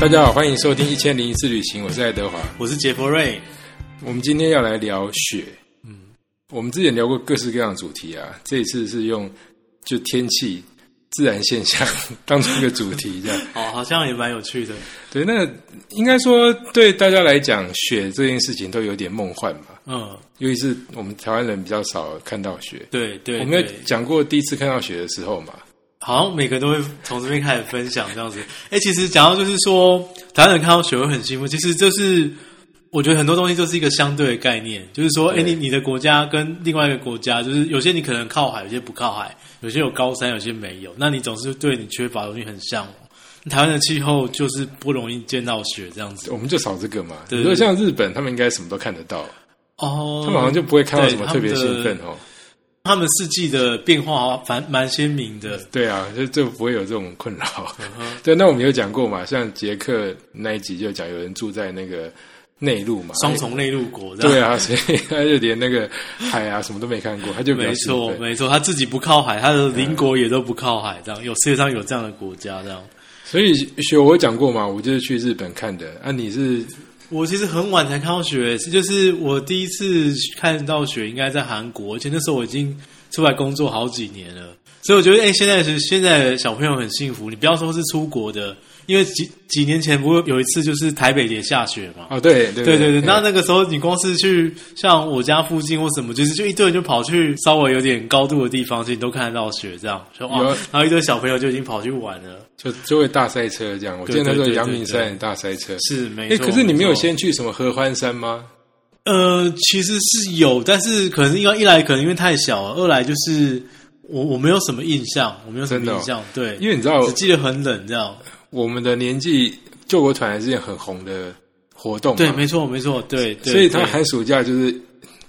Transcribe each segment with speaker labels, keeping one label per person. Speaker 1: 大家好，欢迎收听《一千零一次旅行》，我是爱德华。
Speaker 2: 我是杰佛瑞。
Speaker 1: 我们今天要来聊雪。嗯，我们之前聊过各式各样的主题啊，这一次是用就天气、自然现象 当做一个主题，这样。
Speaker 2: 哦，好像也蛮有趣的。
Speaker 1: 对，那应该说对大家来讲，雪这件事情都有点梦幻吧，
Speaker 2: 嗯，
Speaker 1: 尤其是我们台湾人比较少看到雪。
Speaker 2: 对对，
Speaker 1: 我们有
Speaker 2: 对
Speaker 1: 讲过第一次看到雪的时候嘛，
Speaker 2: 好像每个都会从这边开始分享这样子。哎、其实讲到就是说，台湾人看到雪会很兴奋，其实就是我觉得很多东西就是一个相对的概念，就是说，
Speaker 1: 对
Speaker 2: 哎、你你的国家跟另外一个国家，就是有些你可能靠海，有些不靠海，有些有高山，有些没有，那你总是对你缺乏的东西很向往。台湾的气候就是不容易见到雪这样子
Speaker 1: 我们就少这个嘛。
Speaker 2: 对
Speaker 1: 如果像日本，他们应该什么都看得到，
Speaker 2: 哦，
Speaker 1: 他们好像就不会看到
Speaker 2: 对
Speaker 1: 什么
Speaker 2: 他
Speaker 1: 特
Speaker 2: 们
Speaker 1: 别
Speaker 2: 的
Speaker 1: 兴奋哦。
Speaker 2: 他们四季的变化好像蛮蛮鲜明的，
Speaker 1: 对啊，就就不会有这种困扰。
Speaker 2: 嗯
Speaker 1: 对，那我们有讲过嘛，像捷克那一集就讲有人住在那个内陆嘛，
Speaker 2: 双重内陆国这样。
Speaker 1: 对啊，所以他就连那个海啊什么都没看过，他就比较
Speaker 2: 没
Speaker 1: 兴
Speaker 2: 错，
Speaker 1: 奋。
Speaker 2: 没错，他自己不靠海，他的
Speaker 1: 啊
Speaker 2: 邻国也都不靠海，这样有世界上有这样的国家这样。
Speaker 1: 所以雪我有讲过嘛，我就是去日本看的。啊，你是
Speaker 2: 我其实很晚才看到雪，就是我第一次看到雪应该在韩国，而且那时候我已经出来工作好几年了，所以我觉得，哎、现在是现在的小朋友很幸福。你不要说是出国的，因为几几年前不是有一次就是台北也下雪嘛，
Speaker 1: 哦，对对
Speaker 2: 对对对，
Speaker 1: 对，
Speaker 2: 那那个时候你光是去像我家附近或什么，就是就一堆人就跑去稍微有点高度的地方，其实都看得到雪这样，说哇哦
Speaker 1: 有，
Speaker 2: 然后一堆小朋友就已经跑去玩了，
Speaker 1: 就就会大塞车这样。我记得那时候阳明山也大塞车。
Speaker 2: 是没
Speaker 1: 哎，
Speaker 2: 错。
Speaker 1: 可是你没有
Speaker 2: 错
Speaker 1: 先去什么合欢山吗？
Speaker 2: 呃，其实是有，但是可能因为一来可能因为太小了，二来就是我我没有什么印象，我没有什
Speaker 1: 真的哦
Speaker 2: 么印象，对，
Speaker 1: 因为你知道
Speaker 2: 只记得很冷这样，
Speaker 1: 我们的年纪，救国团还是件很红的活动嘛。
Speaker 2: 对，没错没错，对，对
Speaker 1: 所以他
Speaker 2: 对
Speaker 1: 寒暑假就是，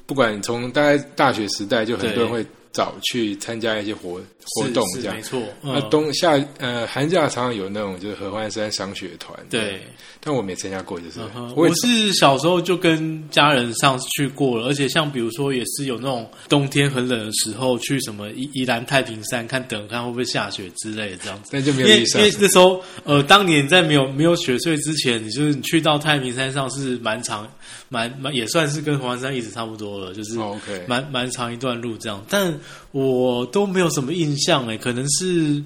Speaker 1: 不管从大概大学时代，就很
Speaker 2: 对
Speaker 1: 多人会找去参加一些活活动
Speaker 2: 是
Speaker 1: 这
Speaker 2: 是
Speaker 1: 样
Speaker 2: 没。错，
Speaker 1: 那
Speaker 2: 嗯，
Speaker 1: 冬夏呃寒假常常有那种就是合欢山赏雪团，
Speaker 2: 对。
Speaker 1: 但我没参加过，就是
Speaker 2: 嗯哼
Speaker 1: 我
Speaker 2: 我
Speaker 1: 也
Speaker 2: 是小时候就跟家人上次去过了，而且像比如说也是有那种冬天很冷的时候去什么宜宜兰太平山看等看会不会下雪之类的这样子。
Speaker 1: 但就没有啊
Speaker 2: 因为
Speaker 1: 印
Speaker 2: 因
Speaker 1: 象。
Speaker 2: 为那时候呃，当年在没有没有雪隧之前，你就是你去到太平山上是蛮长蛮蛮也算是跟黄山一直差不多了，就是
Speaker 1: 哦，OK
Speaker 2: 蛮蛮长一段路这样，但我都没有什么印象欸诶，可能是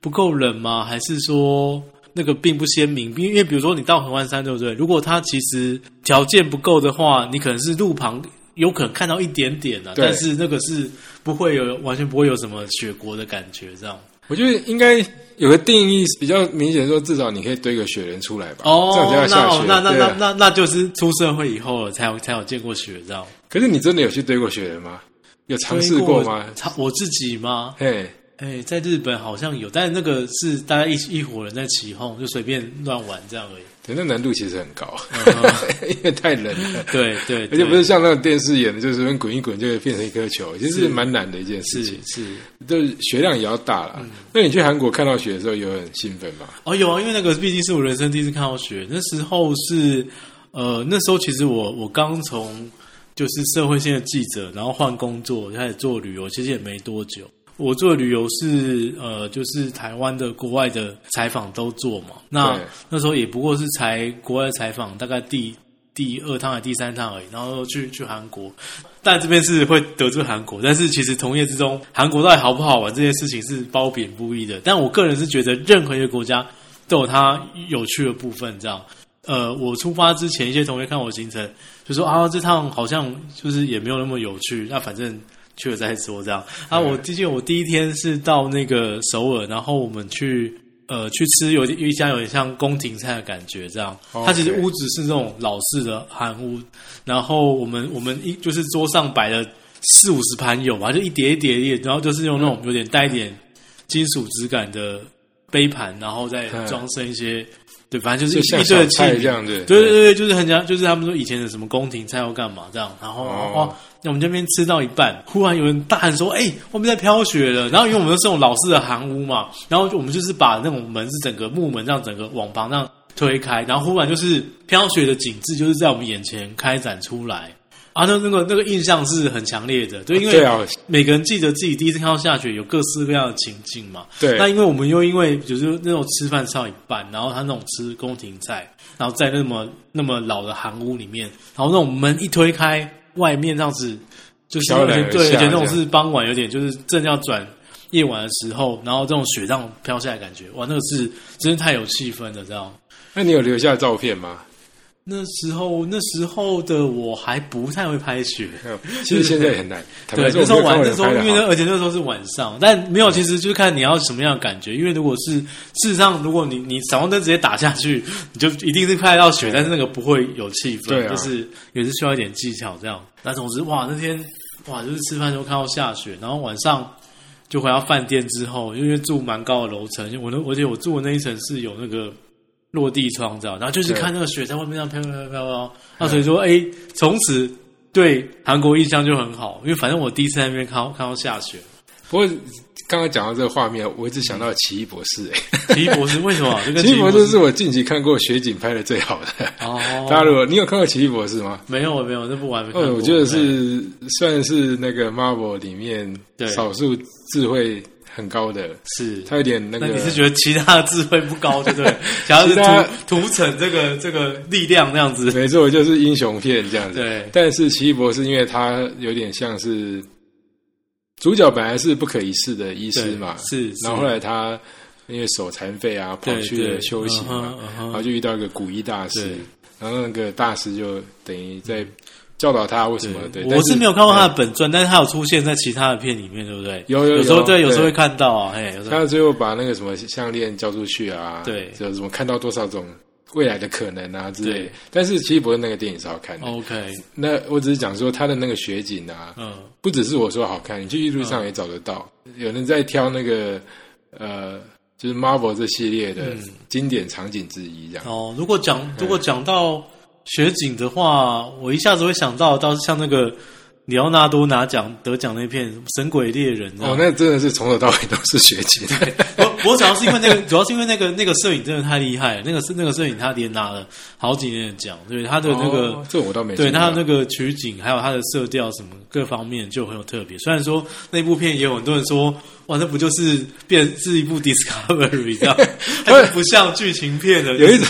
Speaker 2: 不够冷吗？还是说那个并不鲜明？因为因为比如说你到合欢山，对不对？如果它其实条件不够的话，你可能是路旁有可能看到一点点啊，
Speaker 1: 对
Speaker 2: 但是那个是不会有完全不会有什么雪国的感觉这样。
Speaker 1: 我觉得应该有个定义比较明显，说至少你可以堆个雪人出来吧，
Speaker 2: 哦
Speaker 1: 这样才要，下雪。
Speaker 2: 那那
Speaker 1: 对
Speaker 2: 那
Speaker 1: 啊
Speaker 2: 那那那就是出社会以后了，才有才有见过雪这样。
Speaker 1: 可是你真的有去堆过雪人吗？有尝试过吗？
Speaker 2: 尝？我自己吗？
Speaker 1: 嘿，
Speaker 2: 哎、在日本好像有，但那个是大家一一伙人在起哄，就随便乱玩这样而已。
Speaker 1: 对，那难度其实很高，
Speaker 2: 嗯
Speaker 1: 因为太冷了。
Speaker 2: 对对
Speaker 1: 而
Speaker 2: 对，
Speaker 1: 且不是像那种电视演的，就是滚一滚就会变成一颗球，其实是蛮难的一件事
Speaker 2: 是
Speaker 1: 情，
Speaker 2: 是嗯
Speaker 1: 就是雪量也要大啦。那你去韩国看到雪的时候，有很兴奋吗？
Speaker 2: 哦，有啊，因为那个毕竟是我人生第一次看到雪，那时候是呃，那时候其实我我刚从就是社会线的记者，然后换工作开始做旅游，其实也没多久。我做的旅游是呃，就是台湾的、国外的采访都做嘛。那
Speaker 1: 对
Speaker 2: 那时候也不过是才国外的采访，大概第第二趟还是第三趟而已，然后去去韩国。但这边是会得罪韩国，但是其实同业之中，韩国到底好不好玩这件事情是褒贬不一的。但我个人是觉得，任何一个国家都有它有趣的部分。这样，呃，我出发之前，一些同学看我行程，就说啊，这趟好像就是也没有那么有趣，那反正去了再说这样。啊，我记得我第一天是到那个首尔，然后我们去呃去吃有一家有点像宫廷菜的感觉这样，它其实
Speaker 1: OK
Speaker 2: 屋子是那种老式的韩屋，然后我们我们一就是桌上摆了四五十盘有嘛，就一叠一叠一叠，然后就是用
Speaker 1: 嗯
Speaker 2: 那种有点带一点金属质感的杯盘，然后再
Speaker 1: 嗯
Speaker 2: 装饰一些。对，反正就是
Speaker 1: 就像
Speaker 2: 一堆
Speaker 1: 小
Speaker 2: 的器
Speaker 1: 菜
Speaker 2: 皿
Speaker 1: 这，样子。
Speaker 2: 对对对，就是很像，就是他们说以前的什么宫廷菜要干嘛这样，然后
Speaker 1: 哦
Speaker 2: 哇，那我们这边吃到一半，忽然有人大喊说：“哎、外面在飘雪了！”然后因为我们是那种老式的韩屋嘛，然后我们就是把那种门是整个木门这样整个往旁这样推开，然后忽然就是飘雪的景致就是在我们眼前开展出来。啊，那那个那个印象是很强烈的，对，因
Speaker 1: 对
Speaker 2: 为
Speaker 1: 啊
Speaker 2: 每个人记得自己第一次看到下雪有各式各样的情境嘛。
Speaker 1: 对
Speaker 2: 那因为我们又因为就是那种吃饭吃到一半，然后他那种吃宫廷菜，然后在那么那么老的hàng屋里面，然后那种门一推开，外面这样子就是
Speaker 1: 飘
Speaker 2: 而
Speaker 1: 来
Speaker 2: 且
Speaker 1: 而
Speaker 2: 对，
Speaker 1: 下
Speaker 2: 而且那种
Speaker 1: 这样
Speaker 2: 是傍晚，有点就是正要转夜晚的时候，然后这种雪这样飘下来，感觉哇，那个是真是太有气氛了，这样。
Speaker 1: 那你有留下照片吗？
Speaker 2: 那时候那时候的我还不太会拍雪，
Speaker 1: 没有其实现在也 很难。 坦白
Speaker 2: 对，
Speaker 1: 说
Speaker 2: 那时候
Speaker 1: 我没有
Speaker 2: 晚，
Speaker 1: 看过人
Speaker 2: 那时候
Speaker 1: 拍得
Speaker 2: 因为那
Speaker 1: 好
Speaker 2: 而且那时候是晚上，但没有，其实就是看你要什么样的感觉。因为如果是事实上，如果你你闪光灯直接打下去，你就一定是看得到雪，但是那个不会有气氛，
Speaker 1: 对啊
Speaker 2: 就是也是需要一点技巧这样。那总之，哇，那天哇，就是吃饭的时候看到下雪，然后晚上就回到饭店之后，因为住蛮高的楼层，因为我那而且我住的那一层是有那个落地窗，这样，然后就是
Speaker 1: 对
Speaker 2: 看那个雪在外面这样飘飘飘飘飘。那所以说，哎、从此对韩国印象就很好，因为反正我第一次在那边看到看到下雪。
Speaker 1: 不过刚刚讲到这个画面，我一直想到奇异博士、 欸。
Speaker 2: 奇异博士为什么？就跟
Speaker 1: 奇异博
Speaker 2: 士
Speaker 1: 士是我近期看过雪景拍的最好的。
Speaker 2: 哦，
Speaker 1: 大家如果你有看过奇异博士吗？
Speaker 2: 没有没有，那部我还没看过。
Speaker 1: 呃，我觉得
Speaker 2: 对
Speaker 1: 是算是那个 Marvel 里面
Speaker 2: 对
Speaker 1: 少数智慧很高的，
Speaker 2: 是。
Speaker 1: 他有点那
Speaker 2: 那
Speaker 1: 个。
Speaker 2: 你是觉得其他的智慧不高，对不对？想要是
Speaker 1: 其他
Speaker 2: 图图层这个这个力量那样子，
Speaker 1: 没错，就是英雄片这样子。
Speaker 2: 对
Speaker 1: 但是奇异博士，因为他有点像是主角本来是不可一世的医师嘛，
Speaker 2: 对是是
Speaker 1: 然后后来他因为手残废啊，跑
Speaker 2: 对
Speaker 1: 去了
Speaker 2: 对
Speaker 1: 修行嘛
Speaker 2: 嗯哼嗯，哼
Speaker 1: 然后就遇到一个古医大师
Speaker 2: 对，
Speaker 1: 然后那个大师就等于在教导他为什么对，
Speaker 2: 我
Speaker 1: 但
Speaker 2: 是没有看过他的本传，但是他有出现在其他的片里面，对不对？
Speaker 1: 有有
Speaker 2: 有时候
Speaker 1: 有
Speaker 2: 对，有时候
Speaker 1: 对
Speaker 2: 会看到啊，嘿，有时候
Speaker 1: 他最后把那个什么项链交出去啊，
Speaker 2: 对
Speaker 1: 就什么看到多少种未来的可能啊之类的
Speaker 2: 对。哦
Speaker 1: 但是奇异博士那个电影是好看的，
Speaker 2: OK，
Speaker 1: 那我只是讲说他的那个雪景啊，
Speaker 2: 嗯，
Speaker 1: 不只是我说好看，你去路上也找得到。有人在挑那个呃，就是 Marvel 这系列的经典场景之一，这样。
Speaker 2: 嗯哦，如果
Speaker 1: 嗯
Speaker 2: 讲如果讲到雪景的话，我一下子会想到，倒是像那个里奥纳多拿奖得奖那片《神鬼猎人》这样，
Speaker 1: 哦，那真的是从头到尾都是雪景。
Speaker 2: 我我主要是因为那个， 主要是因为那个那个摄影真的太厉害了，那个是那个摄影他连拿了好几年的奖， 对他的那个。
Speaker 1: 哦这我倒没
Speaker 2: 对
Speaker 1: 注意
Speaker 2: 他
Speaker 1: 到
Speaker 2: 那个取景，还有他的色调什么各方面就很有特别。虽然说那部片也有很多人说，哇，那不就是变是一部 Discovery 这样，它就不像剧情片的，
Speaker 1: 有一种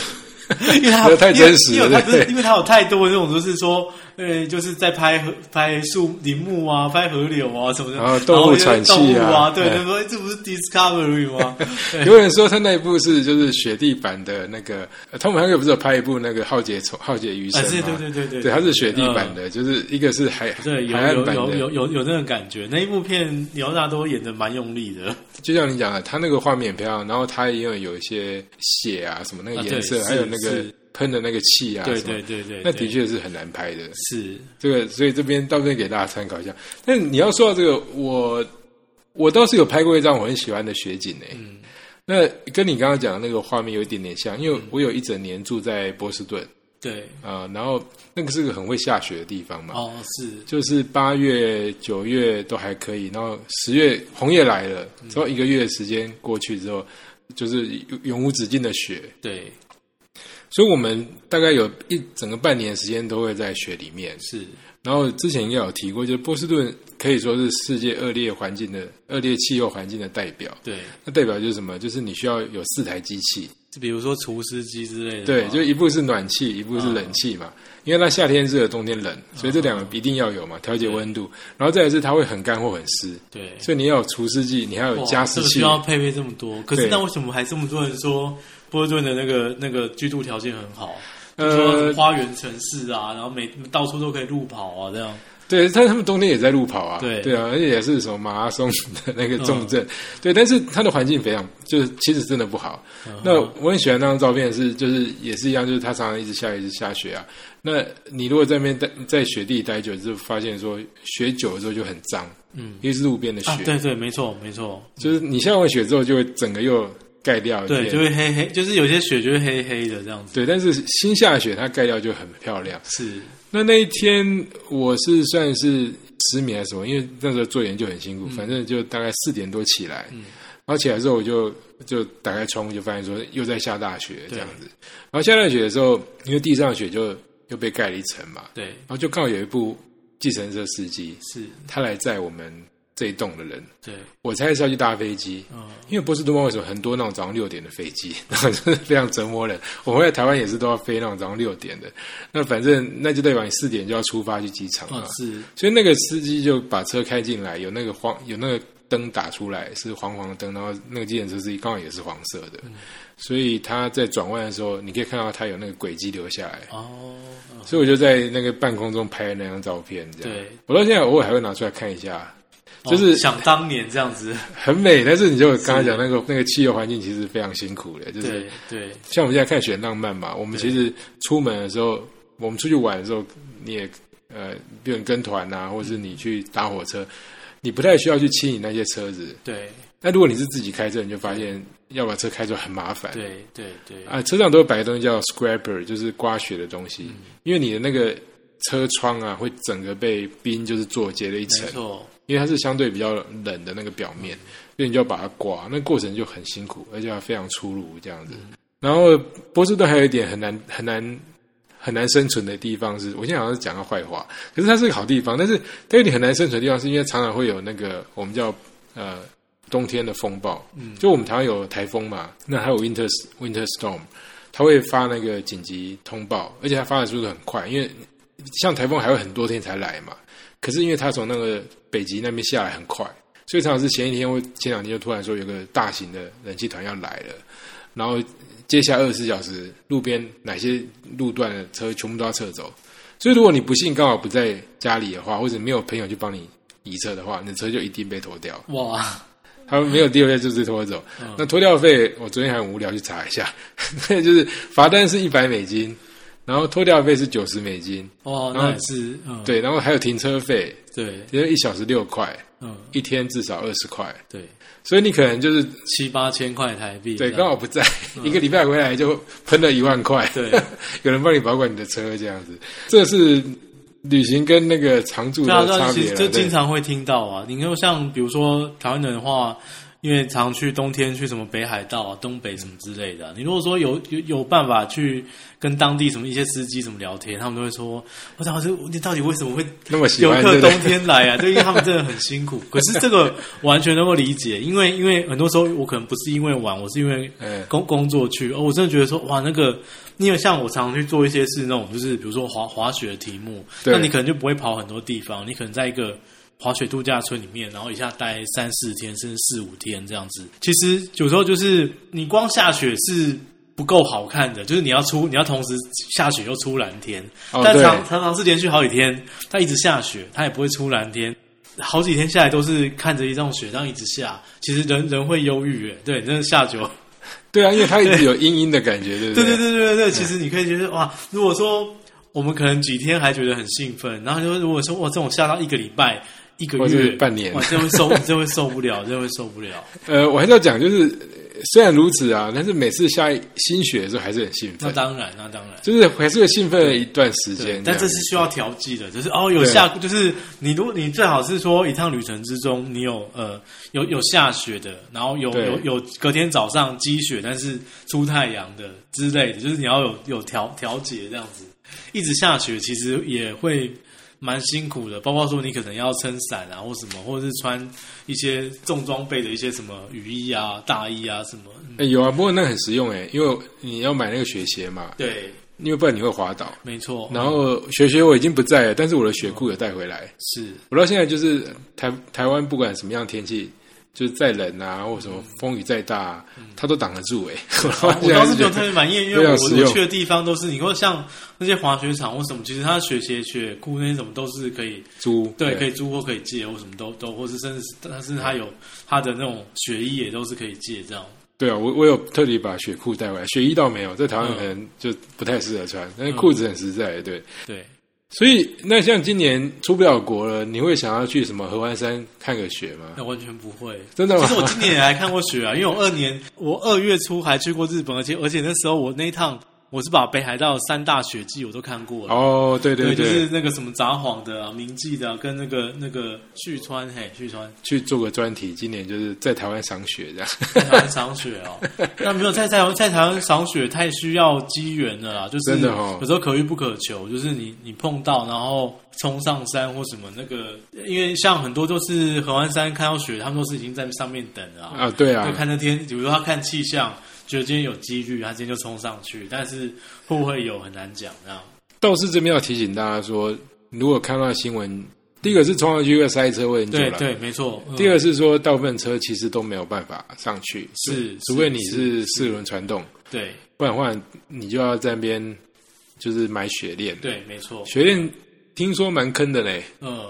Speaker 2: 因为他
Speaker 1: 这太真实了
Speaker 2: 因为因为他不
Speaker 1: 对
Speaker 2: 是因为他有太多那种就是说，呃，就是在拍河拍树林木啊，拍河流啊什么的，
Speaker 1: 然后动物
Speaker 2: 就是
Speaker 1: 喘气啊
Speaker 2: 动物啊，对，
Speaker 1: 对
Speaker 2: 对说这不是 Discovery 吗？ 对
Speaker 1: 有人说他那一部是就是雪地版的那个，呃汤姆汉克不是有拍一部那个《浩劫虫浩劫余生
Speaker 2: 啊，》对
Speaker 1: 吗？
Speaker 2: 对对对对嗯
Speaker 1: 对，它是雪地版的，就是一个是海
Speaker 2: 对，有
Speaker 1: 海岸
Speaker 2: 有
Speaker 1: 版
Speaker 2: 有
Speaker 1: 的
Speaker 2: 有，有有那种感觉，那一部片刘大多演的蛮用力的，
Speaker 1: 就像你讲的，它那个画面很漂亮，然后它也有有一些血啊什么那个
Speaker 2: 啊
Speaker 1: 颜
Speaker 2: 对
Speaker 1: 色，
Speaker 2: 是
Speaker 1: 还有那个
Speaker 2: 是
Speaker 1: 喷的那个气啊，
Speaker 2: 对
Speaker 1: 什么
Speaker 2: 对对对，
Speaker 1: 那
Speaker 2: 对
Speaker 1: 的确是很难拍的。
Speaker 2: 是
Speaker 1: 这个，所以这边到这边给大家参考一下。但你要说到这个，我我倒是有拍过一张我很喜欢的雪景诶、
Speaker 2: 嗯
Speaker 1: 那跟你刚刚讲的那个画面有一点点像，因
Speaker 2: 嗯
Speaker 1: 为我有一整年住在波士顿
Speaker 2: 对
Speaker 1: 啊、呃然后那个是个很会下雪的地方嘛，
Speaker 2: 哦是
Speaker 1: 就是八月、九月都还可以，然后十月红叶来了，之后一个月的时间过去之后，就是永无止境的雪，
Speaker 2: 对
Speaker 1: 所以我们大概有一整个半年的时间都会在雪里面。
Speaker 2: 是
Speaker 1: 然后之前应该有提过，就是波士顿可以说是世界恶劣环境的恶劣气候环境的代表。
Speaker 2: 对，
Speaker 1: 那代表就是什么？就是你需要有四台机器，
Speaker 2: 就比如说厨师机之类的嘛，
Speaker 1: 对，就一部是暖气，一部是冷气嘛。因为它夏天热，冬天冷，所以这两个一定要有嘛，调节温度。然后再来是它会很干或很湿，
Speaker 2: 对。
Speaker 1: 所以你要有除湿剂，你还有
Speaker 2: 哇
Speaker 1: 加湿
Speaker 2: 这个
Speaker 1: 器
Speaker 2: 需。要配备这么多，可是
Speaker 1: 对
Speaker 2: 那为什么还这么多人说波士顿的那个那个居住条件很好？就
Speaker 1: 呃
Speaker 2: 说花园城市啊，然后每到处都可以路跑啊，这样
Speaker 1: 对，但他们冬天也在路跑啊，
Speaker 2: 对嗯
Speaker 1: 啊，而且也是什么马拉松的那个重症，对，但是它的环境非常，就是其实真的不好。
Speaker 2: 嗯
Speaker 1: 那我很喜欢那张照片是，就是也是一样，就是它常常一直下雨，一直下雪啊。那你如果在那边待在雪地待久，就发现说雪久了之后就很脏，嗯，因为是路边的雪，
Speaker 2: 啊，对对，没错没错，
Speaker 1: 就是你下完雪之后就会整个又盖掉一片，
Speaker 2: 对，就会黑黑，就是有些雪就会黑黑的这样子，
Speaker 1: 对，但是新下的雪它盖掉就很漂亮。
Speaker 2: 是
Speaker 1: 那那一天我是算是失眠还是什么？因为那时候做研究很辛苦，反正就大概四点多起来，然后起来之后我就就打开窗户，就发现说又在下大雪这样子。然后下大雪的时候，因为地上的雪就又被盖了一层嘛，
Speaker 2: 对
Speaker 1: 然后就刚好有一部计程车司机，
Speaker 2: 是
Speaker 1: 他来载我们这一栋的人。
Speaker 2: 对，
Speaker 1: 我猜是要去搭飞机，
Speaker 2: 嗯，
Speaker 1: 因为波士顿为什么很多那种早上六点的飞机， 然后就是非常折磨人。我回来台湾也是都要飞那种早上六点的，那反正那就代表你四点就要出发去机场
Speaker 2: 哦
Speaker 1: 了。
Speaker 2: 是，
Speaker 1: 所以那个司机就把车开进来，有那个黄有那个灯打出来是黄黄的灯，然后那个计程车司机刚好也是黄色的，
Speaker 2: 嗯
Speaker 1: 所以他在转弯的时候，你可以看到他有那个轨迹留下来。
Speaker 2: 哦，嗯
Speaker 1: 所以我就在那个半空中拍了那张照片，这样。
Speaker 2: 对，
Speaker 1: 我到现在偶尔还会拿出来看一下，
Speaker 2: 哦
Speaker 1: 就是
Speaker 2: 想当年这样子，
Speaker 1: 很美。但是你就刚才讲那个那个汽油环境其实非常辛苦的，就是
Speaker 2: 对对，
Speaker 1: 像我们现在看《雪浪漫》嘛，我们其实出门的时候，我们出去玩的时候，你也呃，比如你跟团啊，或者是你去搭火车，你不太需要去清理那些车子。
Speaker 2: 对
Speaker 1: 那如果你是自己开车，你就发现要把车开出来很麻烦。
Speaker 2: 对对对，
Speaker 1: 啊，车上都会摆个东西叫 scraper，就是刮雪的东西，因为你的那个车窗啊，会整个被冰就是做结了一层
Speaker 2: 没，错，
Speaker 1: 因为它是相对比较冷的那个表面，所以你就要把它刮，那过程就很辛苦，而且还非常粗鲁这样子。然后波士顿还有一点很难很难很难生存的地方是，我现在好像是讲到坏话，可是它是个好地方，但是它有点很难生存的地方，是因为常常会有那个我们叫呃冬天的风暴，就我们台湾有台风嘛，那还有 winter winter storm，它会发那个紧急通报，而且它发的速度很快，因为像台风还会很多天才来嘛，可是因为它从那个北极那边下来很快，所以常常是前一天或前两天就突然说有个大型的冷气团要来了，然后接下来二十四小时路边哪些路段的车全部都要撤走。所以如果你不幸刚好不在家里的话，或者没有朋友去帮你移车的话，你的车就一定被拖掉。
Speaker 2: 哇，
Speaker 1: 他没有第二费就是拖走。那拖掉费，我昨天还很无聊去查一下，那就是罚单是一百美金，然后拖掉费是九十美金，
Speaker 2: 哇，
Speaker 1: 然后
Speaker 2: 那也是，嗯，
Speaker 1: 对，然后还有停车费，
Speaker 2: 对，
Speaker 1: 因为一小时六块，
Speaker 2: 嗯，
Speaker 1: 一天至少二十块，
Speaker 2: 对，
Speaker 1: 所以你可能就是
Speaker 2: 七八千块台币这
Speaker 1: 对
Speaker 2: 样，
Speaker 1: 刚好不在，一个礼拜回来就喷了一万块，
Speaker 2: 嗯对，
Speaker 1: 有人帮你保管你的车这样子，这是旅行跟那个常住
Speaker 2: 对啊，
Speaker 1: 的
Speaker 2: 对啊，
Speaker 1: 差
Speaker 2: 其
Speaker 1: 别
Speaker 2: 实
Speaker 1: 了。
Speaker 2: 就经
Speaker 1: 对
Speaker 2: 常会听到啊。你看，像比如说台湾人的话，因为常去冬天去什么北海道、啊、东北什么之类的啊、你如果说有有有办法去跟当地什么一些司机什么聊天，他们都会说：“我操，这你到底为什么会
Speaker 1: 那么喜
Speaker 2: 游
Speaker 1: 欢
Speaker 2: 客
Speaker 1: 对不
Speaker 2: 冬
Speaker 1: 对
Speaker 2: 天来啊，这因 为他们真的很辛苦。可是这个完全能够理解，因为因为很多时候我可能不是因为玩，我是因为
Speaker 1: 嗯
Speaker 2: 工工作去。哦，我真的觉得说哇，那个因为像我常常去做一些事那种，就是比如说滑滑雪的题目，
Speaker 1: 对
Speaker 2: 那你可能就不会跑很多地方，你可能在一个。滑雪度假村里面，然后一下待三四天，甚至四五天这样子。其实有时候就是你光下雪是不够好看的，就是你要出，你要同时下雪又出蓝天。
Speaker 1: 哦
Speaker 2: 但
Speaker 1: 对
Speaker 2: 常常常是连续好几天，它一直下雪，它也不会出蓝天，好几天下来都是看着一种雪这样一直下，其实人人会忧郁，哎，对，真的下久了，
Speaker 1: 对啊，因为它一直有阴阴的感觉，对不
Speaker 2: 对
Speaker 1: 对
Speaker 2: 对对对对对，其实你可以觉得哇，如果说我们可能几天还觉得很兴奋，然后就如果说哇，这种下到一个礼拜、一个
Speaker 1: 或者
Speaker 2: 月
Speaker 1: 是、半年
Speaker 2: 哇，真会受，真会受不了，真会受不了。
Speaker 1: 呃，我还是要讲，就是呃虽然如此啊，但是每次下新雪的时候还是很兴
Speaker 2: 那
Speaker 1: 奋，
Speaker 2: 当然，那当然。
Speaker 1: 就是还是会兴奋了一段时间。
Speaker 2: 但这
Speaker 1: 样
Speaker 2: 是需要调剂的，就是哦，有下，就是你如果你最好是说一趟旅程之中，你有呃有有下雪的，然后有
Speaker 1: 对
Speaker 2: 有有隔天早上积雪，但是出太阳的之类的，就是你要有有调调节这样子。一直下雪其实也会蛮辛苦的，包括说你可能要撑伞啊，或什么，或者是穿一些重装备的一些什么雨衣啊、大衣啊什么。嗯
Speaker 1: 欸有啊，不过那很实用诶，因为你要买那个雪鞋嘛，
Speaker 2: 对，
Speaker 1: 因为不然你会滑倒。
Speaker 2: 没错，
Speaker 1: 然后雪鞋我已经不在了，但是我的雪裤有带回来。
Speaker 2: 是
Speaker 1: 我到现在就是台台湾不管什么样的天气，就是再冷啊，或什么风雨再大、啊，它都挡得住诶。 我到
Speaker 2: 嗯 我
Speaker 1: 现在
Speaker 2: 倒
Speaker 1: 是
Speaker 2: 是没有
Speaker 1: 觉
Speaker 2: 特
Speaker 1: 得
Speaker 2: 别满意，因
Speaker 1: 非
Speaker 2: 为
Speaker 1: 常
Speaker 2: 我
Speaker 1: 实
Speaker 2: 我
Speaker 1: 用
Speaker 2: 去的地方都是，你说像那些滑雪场或什么，其实它雪鞋、雪裤那些什么都是可以，
Speaker 1: 租
Speaker 2: 对，可以租或可以借或什么都都，或是甚至是但是它有它的那种雪衣也都是可以借这样。
Speaker 1: 对啊，我我有特地把雪裤带回来，雪衣倒没有，在台湾
Speaker 2: 嗯
Speaker 1: 可能就不太适合穿，但是裤子很实在，对。
Speaker 2: 对，
Speaker 1: 所以，那像今年出不了国了，你会想要去什么合欢山看个雪吗？
Speaker 2: 那完全不会。
Speaker 1: 真的吗
Speaker 2: 其实？我今年也来看过雪啊，因为我二年我二月初还去过日本，而且而且那时候我那一趟我是把北海道三大雪季我都看过了。
Speaker 1: 哦，对对
Speaker 2: 就是那个什么札幌的、啊、明记的、啊，跟那个那个旭川，嘿，旭川
Speaker 1: 去做个专题，今年就是在台湾赏雪这样。
Speaker 2: 在台湾赏雪哦。那没有在台湾在台湾赏雪太需要机缘了啦，就是
Speaker 1: 真的哦
Speaker 2: 有时候可遇不可求，就是你你碰到然后冲上山或什么那个，因为像很多都是合欢山看到雪，他们都是已经在上面等了啊
Speaker 1: 啊，对
Speaker 2: 就
Speaker 1: 啊，
Speaker 2: 看那天，比如说他看气象，觉得今天有几率，他今天就冲上去，但是会不会有很难讲这样。
Speaker 1: 倒是这边要提醒大家说，如果看到新闻，第一个是冲上去会塞车会很久
Speaker 2: 对
Speaker 1: 了，
Speaker 2: 对，没错。嗯
Speaker 1: 第二是说大部分车其实都没有办法上去，
Speaker 2: 是
Speaker 1: 除除非你是四轮传动，
Speaker 2: 对
Speaker 1: 不然的话你就要在那边就是买雪链。，
Speaker 2: 对，没错。
Speaker 1: 雪链听说蛮坑的嘞，
Speaker 2: 嗯，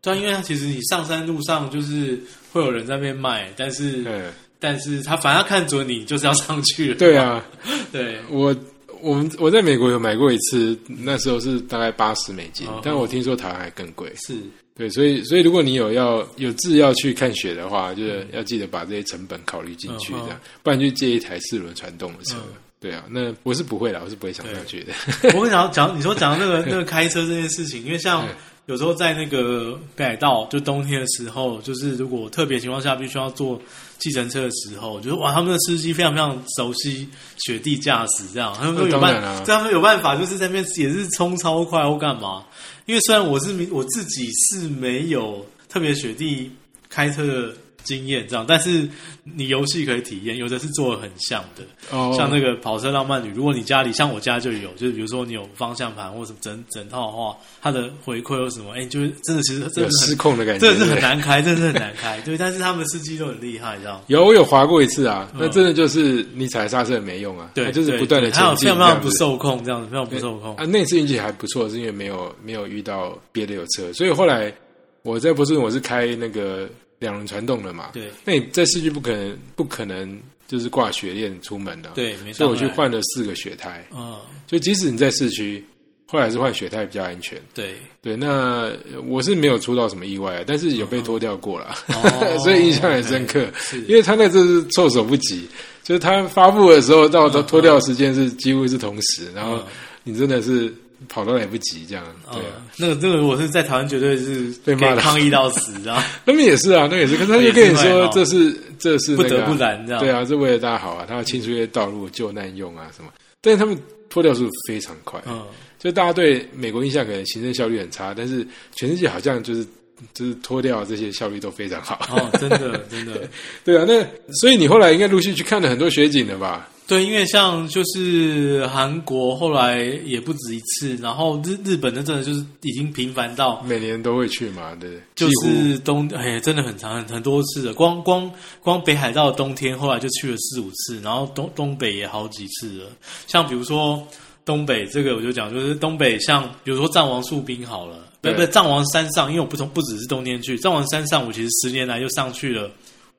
Speaker 2: 对啊，因为他其实你上山路上就是会有人在那边卖，但是、
Speaker 1: 嗯，
Speaker 2: 但是他反正他看准你就是要上去了。
Speaker 1: 对啊，
Speaker 2: 对，
Speaker 1: 我我们我在美国有买过一次，那时候是大概八十美金
Speaker 2: 哦，
Speaker 1: 但我听说台湾还更贵。
Speaker 2: 是
Speaker 1: 对，所以所以如果你有要有志要去看雪的话，就是要记得把这些成本考虑进去，
Speaker 2: 嗯
Speaker 1: 这样，不然就借一台四轮传动的车
Speaker 2: 嗯。
Speaker 1: 对啊，那我是不会啦，我是不会想上 去的。
Speaker 2: 我跟你讲讲，你说讲到那个那个开车这件事情，因为像
Speaker 1: 嗯
Speaker 2: 有时候在那个北海道，就冬天的时候，就是如果特别情况下必须要坐计程车的时候，就是哇，他们的司机非常非常熟悉雪地驾驶，这样他们都
Speaker 1: 那
Speaker 2: 有
Speaker 1: 当然
Speaker 2: 办，
Speaker 1: 啊
Speaker 2: 对他们有办法，就是在那边也是冲超快或干嘛。因为虽然我是没我自己是没有特别雪地开车的经验这样，但是你游戏可以体验，有的是做的很像的。
Speaker 1: 哦
Speaker 2: 像那个跑车浪漫旅，如果你家里像我家就有，就是比如说你有方向盘或什么整整套的话，它的回馈有什么，哎、就是真的其实真
Speaker 1: 有
Speaker 2: 的是
Speaker 1: 失
Speaker 2: 很
Speaker 1: 控的感觉，
Speaker 2: 真的是
Speaker 1: 对
Speaker 2: 很
Speaker 1: 不对。
Speaker 2: 难开，真的是很难开。对，但是他们司机都很厉害，这样。
Speaker 1: 有我有划过一次啊，那
Speaker 2: 嗯
Speaker 1: 真的就是你踩刹车也没用啊，它
Speaker 2: 对，
Speaker 1: 就是
Speaker 2: 对
Speaker 1: 不断的
Speaker 2: 对还有
Speaker 1: 前
Speaker 2: 非
Speaker 1: 进，
Speaker 2: 常非
Speaker 1: 这
Speaker 2: 常
Speaker 1: 样子
Speaker 2: 不受控，这样子非常不受控。
Speaker 1: 啊，那次运气还不错，是因为没有没有遇到别的有车，所以后来我在波士顿我是开那个两轮传动的嘛。
Speaker 2: 对
Speaker 1: 那你在市区不可能不可能就是挂雪链出门的，，啊
Speaker 2: 对，没
Speaker 1: 所
Speaker 2: 错。
Speaker 1: 以我去换了四个雪胎，
Speaker 2: 嗯，
Speaker 1: 所以即使你在市区，后来还是换雪胎比较安全。
Speaker 2: 对，
Speaker 1: 对，那我是没有出到什么意外，啊但是有被脱掉过了，
Speaker 2: 哦
Speaker 1: 所以印象很深刻。
Speaker 2: 是
Speaker 1: 因为他那次是措手不及，就是他发布的时候到他脱掉的时间是几乎是同时，然后你真的是跑都来不及这样。对啊，
Speaker 2: 嗯，那个那个我是在台湾绝对是
Speaker 1: 被骂
Speaker 2: 可
Speaker 1: 了
Speaker 2: 以抗议到死，这样。
Speaker 1: 他们也是啊，那也是，可是他就跟你说这是这是那个啊
Speaker 2: 不得不然这样
Speaker 1: 对啊，这为了大家好啊，他要清出一些道路救难用啊什么，但是他们脱掉速度非常快，
Speaker 2: 嗯，
Speaker 1: 就大家对美国印象可能行政效率很差，但是全世界好像就是就是脱掉这些效率都非常好。
Speaker 2: 哦，真的真的。
Speaker 1: 对啊，那所以你后来应该陆续去看了很多雪景了吧？
Speaker 2: 对，因为像就是韩国后来也不止一次，然后日日本那真的就是已经频繁到
Speaker 1: 每年都会去嘛，对不对？
Speaker 2: 就
Speaker 1: 几乎
Speaker 2: 是冬哎真的很长很很多次了，光光光北海道的冬天后来就去了四五次，然后东东北也好几次了，像比如说东北这个我就讲就是东北像比如说藏王树冰好了，不
Speaker 1: 对
Speaker 2: 不藏王山上，因为我不同不只是冬天去藏王山上，我其实十年来就上去了。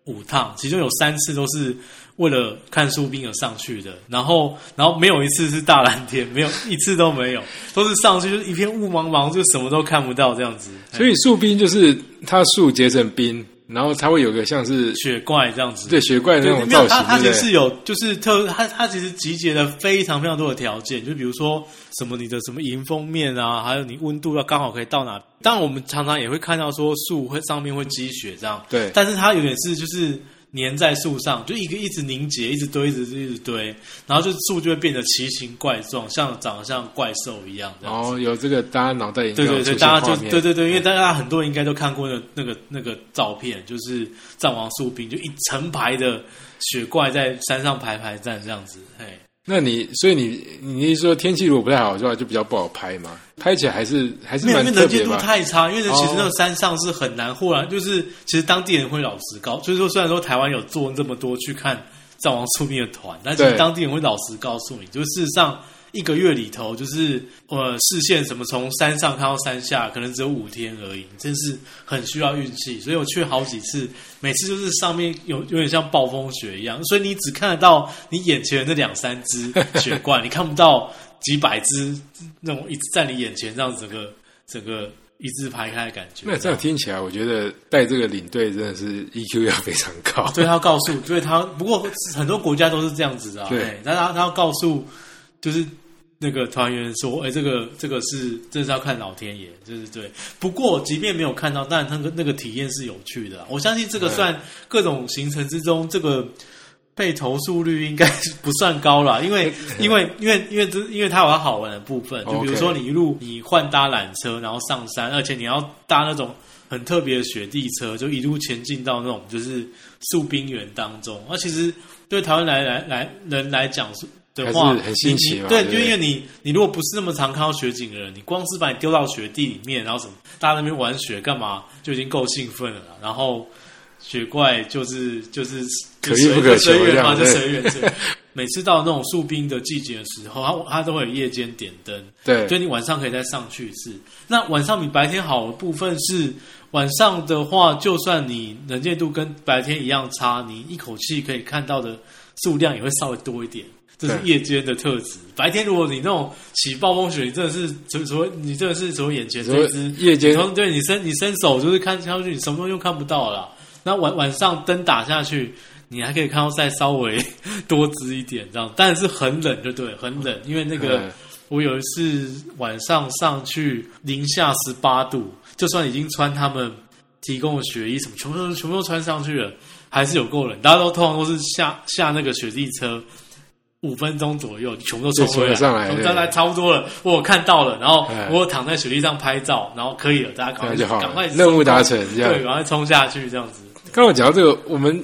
Speaker 2: 五趟，其中有三次都是为了看树冰而上去的，然后然后没有一次是大蓝天，没有一次都没有，都是上去就是一片雾茫茫，就什么都看不到这样子，
Speaker 1: 所以树冰就是它树结成冰，然后它会有个像是
Speaker 2: 雪怪这样子。
Speaker 1: 对雪怪的那
Speaker 2: 对，
Speaker 1: 种
Speaker 2: 没有
Speaker 1: 造
Speaker 2: 它，
Speaker 1: 型，
Speaker 2: 它其
Speaker 1: 对
Speaker 2: 实
Speaker 1: 不
Speaker 2: 是
Speaker 1: 对？
Speaker 2: 有，就是特它它其实集结了非常非常多的条件，就比如说什么你的什么迎风面啊，还有你温度要刚好可以到哪。当然，我们常常也会看到说树会上面会积雪这样，
Speaker 1: 对
Speaker 2: 但是它有点是就是粘在树上，就一个一直凝结，一直堆，一直一直堆，然后就树就会变得奇形怪状，像长得像怪兽一样这样。
Speaker 1: 然后有这个大家脑袋里面
Speaker 2: 对对
Speaker 1: 有出
Speaker 2: 对，
Speaker 1: 现
Speaker 2: 大家就
Speaker 1: 画面
Speaker 2: 对对对，因为大家很多人应该都看过那个那个那个照片，就是藏王树冰，就一成排的雪怪在山上排排站这样子，嘿，
Speaker 1: 那你所以你你是说天气如果不太好的话，就比较不好拍嘛？拍起来还是还是
Speaker 2: 没有，
Speaker 1: 蛮
Speaker 2: 因为
Speaker 1: 特
Speaker 2: 能见
Speaker 1: 别
Speaker 2: 度
Speaker 1: 吧？
Speaker 2: 太差，因为其实
Speaker 1: 哦
Speaker 2: 那个山上是很难忽然，就是其实当地人会老实告，就是说虽然说台湾有做这么多去看藏王出兵的团，但其实
Speaker 1: 对
Speaker 2: 当地人会老实告诉你，就是事实上一个月里头，就是呃视线什么从山上看到山下，可能只有五天而已，真是很需要运气。所以我去好几次，每次就是上面有有点像暴风雪一样，所以你只看得到你眼前的那两三只雪 怪，你看不到几百只那种一直在你眼前这样整个整个一字排开的感觉。
Speaker 1: 那这样听起来，我觉得带这个领队真的是 EQ 要非常高。
Speaker 2: 对他要告诉，对他，不过很多国家都是这样子的、啊，
Speaker 1: 对
Speaker 2: 哎，但他他要告诉，就是那个团员说：“哎、这个这个是真是要看老天爷，就是对。不过即便没有看到，但那个那个体验是有趣的啊。我相信这个算各种行程之中，这个被投诉率应该是不算高啦，因为 因为因为因为这因为它有它好玩的部分，就比如
Speaker 1: OK
Speaker 2: 说你一路你换搭缆车，然后上山，而且你要搭那种很特别的雪地车，就一路前进到那种就是树冰原当中。那、其实对台湾来来来人来讲是的话，
Speaker 1: 还是很新奇
Speaker 2: 你
Speaker 1: 嘛
Speaker 2: 你
Speaker 1: 对
Speaker 2: 对，
Speaker 1: 不
Speaker 2: 就
Speaker 1: 对
Speaker 2: 因为你你如果不是那么常看到雪景的人，你光是把你丢到雪地里面，然后什么大家在那边玩雪干嘛，就已经够兴奋了啦。然后雪怪就是就是
Speaker 1: 可遇不可求
Speaker 2: 就随缘嘛，就
Speaker 1: 这样
Speaker 2: 随缘。随缘每次到那种树冰的季节的时候，它它都会有夜间点灯，
Speaker 1: 对
Speaker 2: 所以你晚上可以再上去一次。那晚上比白天好的部分是，晚上的话，就算你能见度跟白天一样差，你一口气可以看到的数量也会稍微多一点。这是
Speaker 1: 对
Speaker 2: 夜间的特质。白天如果你那种起暴风雪，你真的是除除你真的是除了眼前这一只
Speaker 1: 你说夜间
Speaker 2: 你从对你伸你伸手就是看看上去，你什么东西都看不到了啦。那晚晚上灯打下去，你还可以看到再稍微 多姿一点这样，但是很冷就对，很冷，因为那个。
Speaker 1: 嗯
Speaker 2: 我有一次晚上上去零下十八度，就算已经穿他们提供的雪衣什么，全部都全部都穿上去了，还是有够冷。大家都通常都是下下那个雪地车，五分钟左右全部都冲回
Speaker 1: 就冲了上来
Speaker 2: 冲
Speaker 1: 对
Speaker 2: 上来差不多了。我有看到了，然后
Speaker 1: 哎
Speaker 2: 我有躺在雪地上拍照，然后可以了，大家赶
Speaker 1: 那
Speaker 2: 快
Speaker 1: 就好
Speaker 2: 赶快
Speaker 1: 了，任务达
Speaker 2: 冲
Speaker 1: 成这样
Speaker 2: 对，。赶快冲下去这样子。
Speaker 1: 刚刚我讲到这个，我们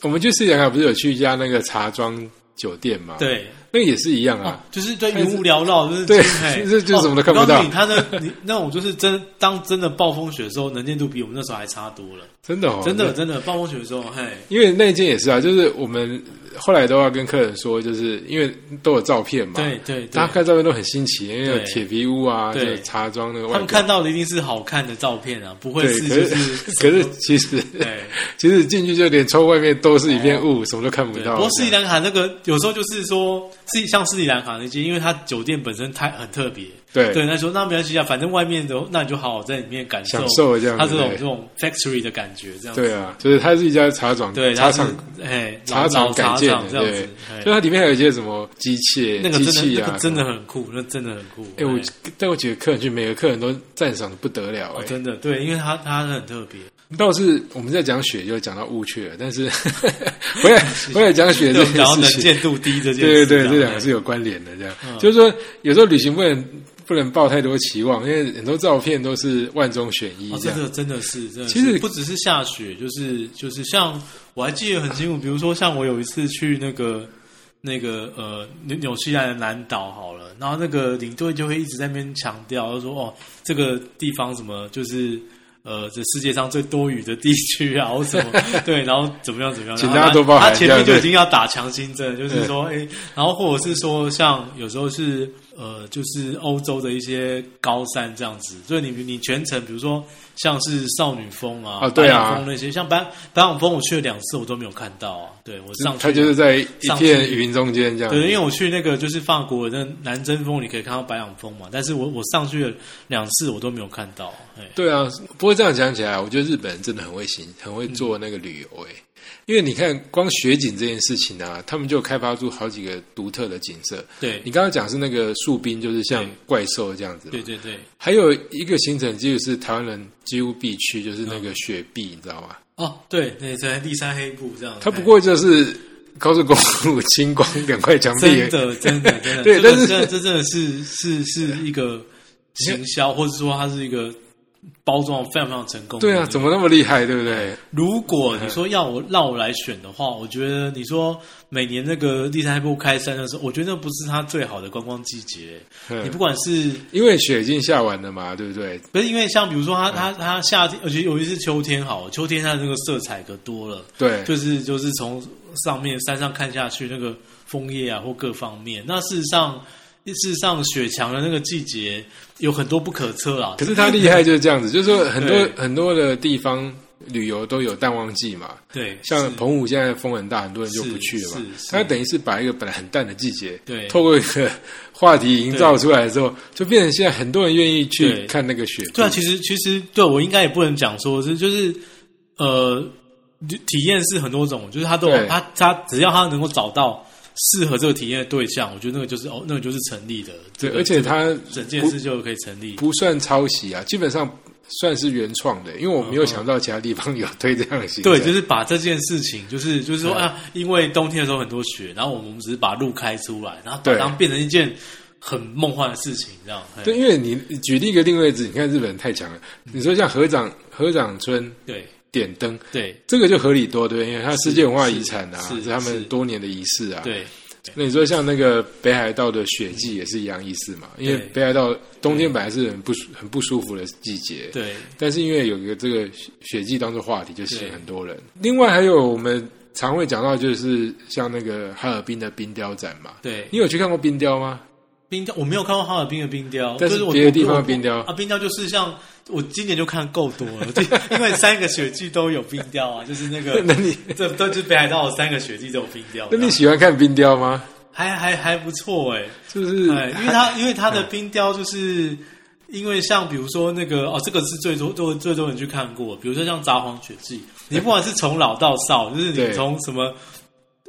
Speaker 1: 我们去斯里兰卡不是有去一家那个茶庄酒店嘛？，
Speaker 2: 对，哦
Speaker 1: 那个也是一样啊。
Speaker 2: 就是对云雾缭绕，就是哎
Speaker 1: 对
Speaker 2: 嘿
Speaker 1: 就是就是什么都看不到
Speaker 2: 哦我告诉你，他的你那种就是真当真的暴风雪的时候，能见度比我们那时候还差多了。
Speaker 1: 真的哦，
Speaker 2: 真的真的，暴风雪的时候，嘿，
Speaker 1: 因为那一间也是啊，就是我们后来都要跟客人说，就是因为都有照片嘛，
Speaker 2: 对对对
Speaker 1: 大家，看照片都很新奇，因为有
Speaker 2: 对
Speaker 1: 铁皮屋啊，
Speaker 2: 对
Speaker 1: 有茶庄那个
Speaker 2: 他
Speaker 1: 外观，
Speaker 2: 们看到的一定是好看的照片啊，不会
Speaker 1: 对，
Speaker 2: 是
Speaker 1: 可
Speaker 2: 就是 哎
Speaker 1: 可是其实
Speaker 2: 对。 哦
Speaker 1: 其实进去就连窗户外面都是一片雾，什么都看不
Speaker 2: 对，
Speaker 1: 到。
Speaker 2: 不过斯里兰卡那个有时候就是说，斯里像斯里兰卡那间，因为它酒店本身太很特别，
Speaker 1: 对
Speaker 2: 对，那说那没关系啊，反正外面的那你就好好在里面感受
Speaker 1: 享受这样
Speaker 2: 它
Speaker 1: 子
Speaker 2: 这种
Speaker 1: 对
Speaker 2: 这种 factory 的感觉，这样子
Speaker 1: 对啊，就是它是一家茶庄，
Speaker 2: 对，
Speaker 1: 茶
Speaker 2: 它是
Speaker 1: 厂，
Speaker 2: 哎，老
Speaker 1: 茶厂
Speaker 2: 老
Speaker 1: 改
Speaker 2: 茶
Speaker 1: 建
Speaker 2: 厂
Speaker 1: 的，
Speaker 2: 这样子
Speaker 1: 对，，
Speaker 2: 嘿
Speaker 1: 就它里面还有一些什么机械、
Speaker 2: 那个
Speaker 1: 机
Speaker 2: 真
Speaker 1: 器
Speaker 2: 的，
Speaker 1: 啊
Speaker 2: 那，个真的很酷，那真的很酷。
Speaker 1: 哎，我
Speaker 2: 哎
Speaker 1: 但我几个客人去，每个客人都赞赏的不得了，
Speaker 2: 哦
Speaker 1: 哎，
Speaker 2: 真的对，因为它它很特别，
Speaker 1: 倒是我们在讲雪就讲到雾去了，但是 回来回来讲雪
Speaker 2: 对，
Speaker 1: 这
Speaker 2: 我们
Speaker 1: 件
Speaker 2: 讲到能
Speaker 1: 事情，
Speaker 2: 见度低这件
Speaker 1: 对对对，这
Speaker 2: 事，样哎嗯
Speaker 1: 两个是有关联的。这样、就是说，有时候旅行不能不能抱太多期望，因为很多照片都是万中选一
Speaker 2: 哦，
Speaker 1: 这
Speaker 2: 这
Speaker 1: 样。
Speaker 2: 个真的是，真的
Speaker 1: 其实
Speaker 2: 是不只是下雪，就是就是像我还记得很清楚，比如说像我有一次去那个那个呃纽纽西兰的南岛好了，然后那个领队就会一直在那边强调，他说哦这个地方什么就是。呃，这世界上最多雨的地区啊，或什 么对，然后怎么样怎么样，
Speaker 1: 请
Speaker 2: 然后
Speaker 1: 大家
Speaker 2: 他
Speaker 1: 多包涵
Speaker 2: 他前
Speaker 1: 这
Speaker 2: 面
Speaker 1: 样
Speaker 2: 就已
Speaker 1: 对
Speaker 2: 经要打强心针，就是
Speaker 1: 对
Speaker 2: 说，哎，然后或者是说，像有时候是呃，就是欧洲的一些高山这样子，所以你你全程，比如说像是少女峰啊、
Speaker 1: 啊对啊
Speaker 2: 白朗峰那些，像白白朗峰，我去了两次，我都没有看到啊。对我上去
Speaker 1: 它就是在一
Speaker 2: 上去
Speaker 1: 片云中间这样。
Speaker 2: 对，因为我去那个就是法国的那南针峰，你可以看到白朗峰嘛，但是我我上去了两次，我都没有看到。哎，
Speaker 1: 对啊，不过这样讲起来，我觉得日本人真的很会行，很会做那个旅游诶、因为你看，光雪景这件事情啊，他们就开发出好几个独特的景色。
Speaker 2: 对
Speaker 1: 你刚刚讲是那个树冰，就是像
Speaker 2: 对
Speaker 1: 怪兽这样子嘛。
Speaker 2: 对对对，
Speaker 1: 还有一个行程，几乎是台湾人几乎必去，就是那个雪碧，你知道吗？
Speaker 2: 哦，对对对，立山黑布这样。
Speaker 1: 它不
Speaker 2: 哎
Speaker 1: 过就是高速公路清光两块墙壁而
Speaker 2: 真
Speaker 1: 已，
Speaker 2: 的，真的，真的，
Speaker 1: 对
Speaker 2: 这个
Speaker 1: 但是啊
Speaker 2: 真的这真的是是是一个行销，或者说它是一个包装非常非常成功的。
Speaker 1: 对啊，怎么那么厉害，对不对？
Speaker 2: 如果你说要我让我来选的话，我觉得你说每年那个第三部开山的时候，我觉得那不是它最好的观光季节。你不
Speaker 1: 嗯，
Speaker 2: 管是
Speaker 1: 因为雪已经下完了嘛，对不对？
Speaker 2: 不是因为像比如说
Speaker 1: 嗯
Speaker 2: 它它它夏天，而且尤其是秋天好了，秋天它那个色彩可多了。
Speaker 1: 对，
Speaker 2: 就是就是从上面山上看下去，那个枫叶啊或各方面。那事实上，事实上雪墙的那个季节有很多不可测啦。
Speaker 1: 可是它厉害就是这样子，就是说很多
Speaker 2: 对
Speaker 1: 很多的地方旅游都有淡旺季嘛，
Speaker 2: 对，
Speaker 1: 像
Speaker 2: 是
Speaker 1: 澎湖现在风很大，很多人就不去了嘛
Speaker 2: 是是。是
Speaker 1: 它等于是把一个本来很淡的季节，
Speaker 2: 对
Speaker 1: 透过一个话题营造出来之后，就变成现在很多人愿意
Speaker 2: 对
Speaker 1: 去看那个雪碧。
Speaker 2: 对啊，其实其实对我应该也不能讲说是就是呃，体体验是很多种，就是他都有
Speaker 1: 对
Speaker 2: 他他只要他能够找到适合这个体验的对象，我觉得那个就是哦，那个就是成立的。
Speaker 1: 对，
Speaker 2: 这个
Speaker 1: 而且它
Speaker 2: 整件
Speaker 1: 不
Speaker 2: 事就可以成立。
Speaker 1: 不算抄袭啊，基本上算是原创的，因为我没有想到其他地方有推这样的行程。
Speaker 2: 嗯对，就是把这件事情，就是就是说啊，因为冬天的时候很多雪，然后我们只是把路开出来，然后把
Speaker 1: 对
Speaker 2: 它变成一件很梦幻的事情，这样。嘿
Speaker 1: 对，因为你你举例一个定位置，你看日本人太强了。你说像河长河长村
Speaker 2: 对
Speaker 1: 点灯，
Speaker 2: 对
Speaker 1: 这个就合理多对不对，因为它世界文化遗产啊，
Speaker 2: 是是
Speaker 1: 是他
Speaker 2: 是
Speaker 1: 们多年的仪式啊。，
Speaker 2: 对
Speaker 1: 那你说像那个北海道的雪季也是一样意思嘛？因为
Speaker 2: 对
Speaker 1: 北海道冬天本来是很不舒很不舒服的季节，
Speaker 2: 对
Speaker 1: 但是因为有一个这个雪雪季当做话题，就吸
Speaker 2: 对
Speaker 1: 引很多人。另外还有我们常会讲到，就是像那个哈尔滨的冰雕展嘛。
Speaker 2: 对，
Speaker 1: 你有去看过冰雕吗？
Speaker 2: 冰雕我没有看过哈尔滨的冰雕，
Speaker 1: 但
Speaker 2: 就是我
Speaker 1: 别的地方的冰
Speaker 2: 我
Speaker 1: 雕
Speaker 2: 啊，冰雕就是像我今年就看够多了， 就因为三个雪季都有冰雕啊，就是那 个
Speaker 1: 那你
Speaker 2: 这都就是北海道有三个雪季都有冰雕，
Speaker 1: 那你喜欢看冰雕吗？
Speaker 2: 还还还不错哎、
Speaker 1: 就是
Speaker 2: 哎，因为它因为它的冰雕就是。因为像比如说那个哦，这个是最多多最多人去看过，比如说像札幌雪季，你不管是从老到少，就是你
Speaker 1: 对
Speaker 2: 从什么，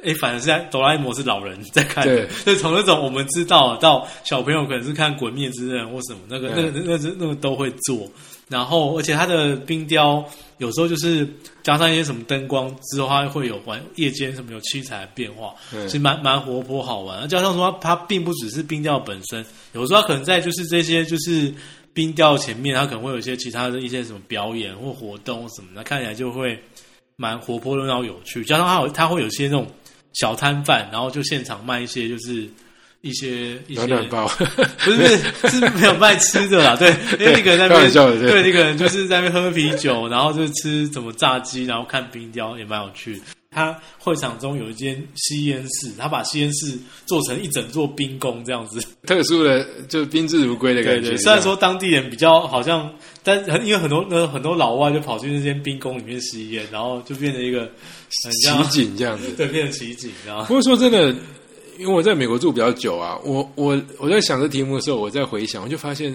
Speaker 2: 哎，反正是在哆啦 A 梦是老人在看的
Speaker 1: 对，
Speaker 2: 就从那种我们知道到小朋友可能是看《鬼灭之刃》或什么那个那个那那那个都会做，然后而且它的冰雕有时候就是加上一些什么灯光之后，它会有玩夜间什么有七彩的变化，
Speaker 1: 嗯
Speaker 2: 其实蛮蛮活泼好玩。加上说它它并不只是冰雕本身，有时候它可能在就是这些就是冰雕前面，它可能会有一些其他的一些什么表演或活动什么的，看起来就会蛮活泼热闹有趣。加上它有它会有一些那种小摊贩，然后就现场卖一些就是。一些一些
Speaker 1: 暖暖包，
Speaker 2: 不是不是是没有卖吃的啦，对，因为一个人在那边
Speaker 1: 开玩笑的对
Speaker 2: 对，一个人就是在那边喝啤酒，然后就吃什么炸鸡，然后看冰雕，也蛮有趣的。他会场中有一间吸烟室，他把吸烟室做成一整座冰宫这样子。
Speaker 1: 特殊的，就宾至如归的
Speaker 2: 对
Speaker 1: 感觉。
Speaker 2: 对，虽然说当地人比较好像，但很因为很多呃很多老外就跑去那间冰宫里面吸烟，然后就变成一个很
Speaker 1: 这
Speaker 2: 像
Speaker 1: 样奇景这样子。
Speaker 2: 对，变成奇景，然后
Speaker 1: 不过说真的，因为我在美国住比较久啊，我我我在想这题目的时候，我在回想，我就发现，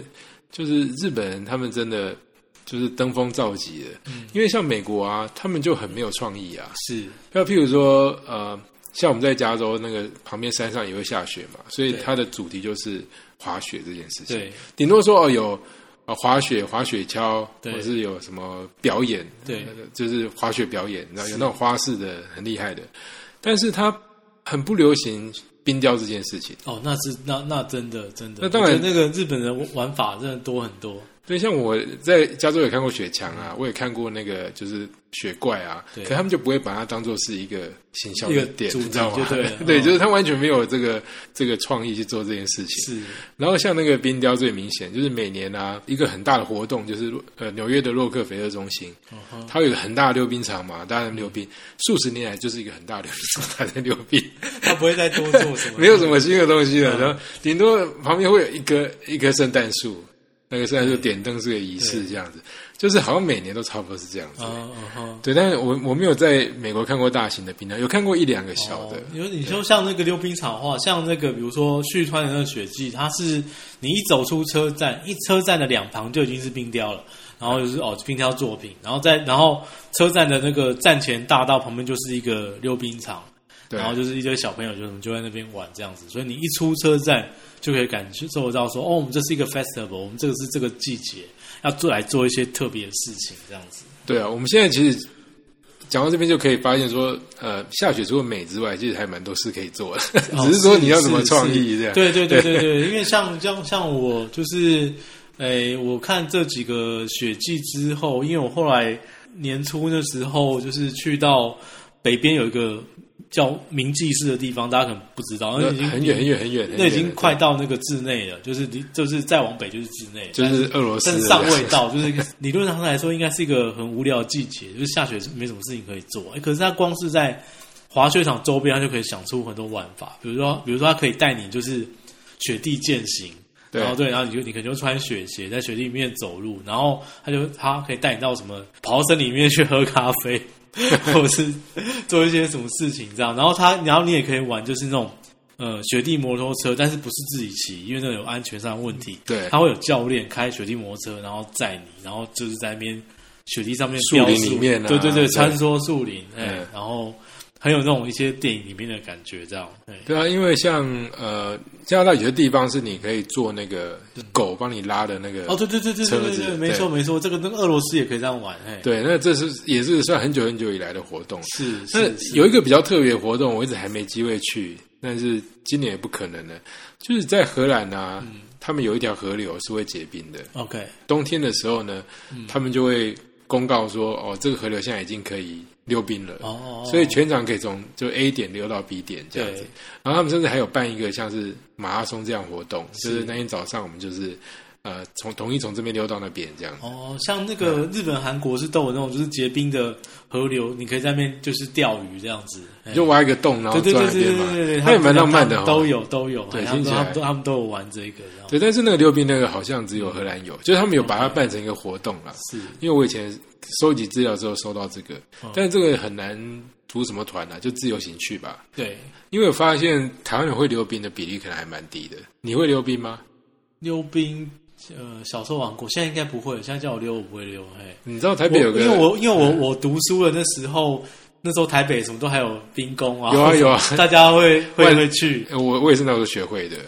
Speaker 1: 就是日本人他们真的就是登峰造极的，
Speaker 2: 嗯
Speaker 1: 因为像美国啊，他们就很没有创意啊。
Speaker 2: 是
Speaker 1: 要譬如说，呃，像我们在加州那个旁边山上也会下雪嘛，所以
Speaker 2: 对
Speaker 1: 它的主题就是滑雪这件事情。
Speaker 2: 对
Speaker 1: 顶多说哦有呃滑雪、滑雪橇，
Speaker 2: 对
Speaker 1: 或是有什么表演，
Speaker 2: 对
Speaker 1: 呃就是滑雪表演，然后有那种花式的很厉害的，但是它很不流行冰雕这件事情。
Speaker 2: 哦，那是那那真的真的，
Speaker 1: 那当然
Speaker 2: 我觉得那个日本人玩法真的多很多。
Speaker 1: 对，像我在加州也看过雪橇啊，我也看过那个就是雪怪啊，
Speaker 2: 嗯对
Speaker 1: 可他们就不会把它当做是一个行销
Speaker 2: 一个
Speaker 1: 的点，
Speaker 2: 主题
Speaker 1: 你知道吗
Speaker 2: 就 对了？
Speaker 1: 对，
Speaker 2: 嗯
Speaker 1: 就是他完全没有这个这个创意去做这件事情。
Speaker 2: 是
Speaker 1: 然后像那个冰雕最明显，就是每年啊一个很大的活动，就是呃纽约的洛克菲勒中心，它有一个很大的溜冰场嘛，大家能溜
Speaker 2: 嗯
Speaker 1: 冰，数十年来就是一个很大的溜冰场在溜冰，
Speaker 2: 他不会再多做什么，
Speaker 1: 没有什么新的东西了。
Speaker 2: 嗯
Speaker 1: 然后顶多旁边会有一棵一棵圣诞树，那个圣诞树点灯是个仪式这样子，就是好像每年都差不多是这样子
Speaker 2: 啊。啊哈。
Speaker 1: 对，但是我我没有在美国看过大型的冰雕，有看过一两个小的。
Speaker 2: 哦，因为你说像那个溜冰场的话，像那个比如说旭川的那个雪季，它是你一走出车站，一车站的两旁就已经是冰雕了，然后就是哦冰雕作品，然后再然后车站的那个站前大道旁边就是一个溜冰场，
Speaker 1: 对，啊
Speaker 2: 然后就是一堆小朋友就就在那边玩这样子，所以你一出车站就可以感受到说，哦，我们这是一个 festival，我们这个是这个季节要做来做一些特别的事情这样子。
Speaker 1: 对啊，我们现在其实讲到这边就可以发现说，呃，下雪除了美之外，其实还蛮多事可以做的，
Speaker 2: 哦
Speaker 1: 只是说你要怎么创意
Speaker 2: 是
Speaker 1: 这样。
Speaker 2: 对对对对对，因为像像像我就是，诶，我看这几个雪季之后，因为我后来年初那时候就是去到北边有一个叫明记市的地方，大家可能不知道，那已经
Speaker 1: 那很远很远很远，
Speaker 2: 那已
Speaker 1: 很
Speaker 2: 经
Speaker 1: 远
Speaker 2: 快到那个境内了，就是离就是再往北就是境内，
Speaker 1: 就是俄罗斯
Speaker 2: 但
Speaker 1: 的
Speaker 2: 是尚未到，就是理论上来说，应该是一个很无聊的季节，就是下雪是没什么事情可以做。哎，可是他光是在滑雪场周边，他就可以想出很多玩法，比如说，比如说他可以带你就是雪地践行。
Speaker 1: 对
Speaker 2: 然后对，然后你就你可能就穿雪鞋在雪地里面走路，然后他就他可以带你到什么跑到森林里面去喝咖啡， 或者是做一些什么事情这样。然后他，然后你也可以玩就是那种呃雪地摩托车，但是不是自己骑，因为那个有安全上的问题。
Speaker 1: 嗯对
Speaker 2: 他会有教练开雪地摩托车，然后载你，然后就是在那边雪地上面
Speaker 1: 树林
Speaker 2: 飙速
Speaker 1: 里面啊
Speaker 2: 对对对，
Speaker 1: 对
Speaker 2: 穿梭树林，哎、
Speaker 1: 嗯
Speaker 2: 然后很有那种一些电影里面的感觉，这样。哎对，
Speaker 1: 对啊，因为像呃加拿大有些地方是你可以坐那个狗帮你拉的那个
Speaker 2: 哦，对对对对对
Speaker 1: 车
Speaker 2: 对
Speaker 1: 子
Speaker 2: 对，没错没错，这个那个俄罗斯也可以这样玩，哎嘿，
Speaker 1: 对，那这是也是算很久很久以来的活动。
Speaker 2: 是
Speaker 1: 那
Speaker 2: 是是，
Speaker 1: 有一个比较特别的活动，我一直还没机会去，但是今年也不可能了。就是在荷兰啊，
Speaker 2: 嗯
Speaker 1: 他们有一条河流是会结冰的。
Speaker 2: OK，
Speaker 1: 冬天的时候呢，
Speaker 2: 嗯
Speaker 1: 他们就会公告说，哦，这个河流现在已经可以溜冰了。
Speaker 2: 哦哦，哦
Speaker 1: 所以全场可以从就 A 点溜到 B 点这样子
Speaker 2: 对，
Speaker 1: 然后他们甚至还有办一个像是马拉松这样活动，就是那天早上我们就是呃从同意从这边溜到那边这样子，
Speaker 2: 哦，像那个
Speaker 1: 啊
Speaker 2: 日本、韩国是都有那种就是结冰的河流，你可以在那边就是钓鱼这样子，嘿
Speaker 1: 你就挖一个洞然后
Speaker 2: 哎对对
Speaker 1: 钻
Speaker 2: 对
Speaker 1: 那边
Speaker 2: 对对
Speaker 1: 嘛
Speaker 2: 对对，，
Speaker 1: 那也蛮浪漫的
Speaker 2: 他们
Speaker 1: 哦
Speaker 2: 都。有都有，
Speaker 1: 对
Speaker 2: 嘿他们
Speaker 1: 听起
Speaker 2: 都
Speaker 1: 来
Speaker 2: 他们都他们都有玩这个，然后
Speaker 1: 对，但是那个溜冰那个好像只有荷兰有，就是他们有把它办成一个活动啦。
Speaker 2: 是
Speaker 1: 因为我以前收集资料之后收到这个，
Speaker 2: 哦
Speaker 1: 但是这个很难组什么团啊，就自由行去吧。
Speaker 2: 对
Speaker 1: 因为我发现台湾人会溜冰的比例可能还蛮低的，你会溜冰吗？
Speaker 2: 溜冰。呃，小时候玩过，现在应该不会。现在叫我溜，我不会溜。嘿，
Speaker 1: 你知道台
Speaker 2: 我
Speaker 1: 北有个嗯
Speaker 2: 因为我因为我我读书的那时候，那时候台北什么都还有冰宫啊，
Speaker 1: 有啊有啊，
Speaker 2: 大家会会
Speaker 1: 万
Speaker 2: 会去。
Speaker 1: 我我也是那时候学会的。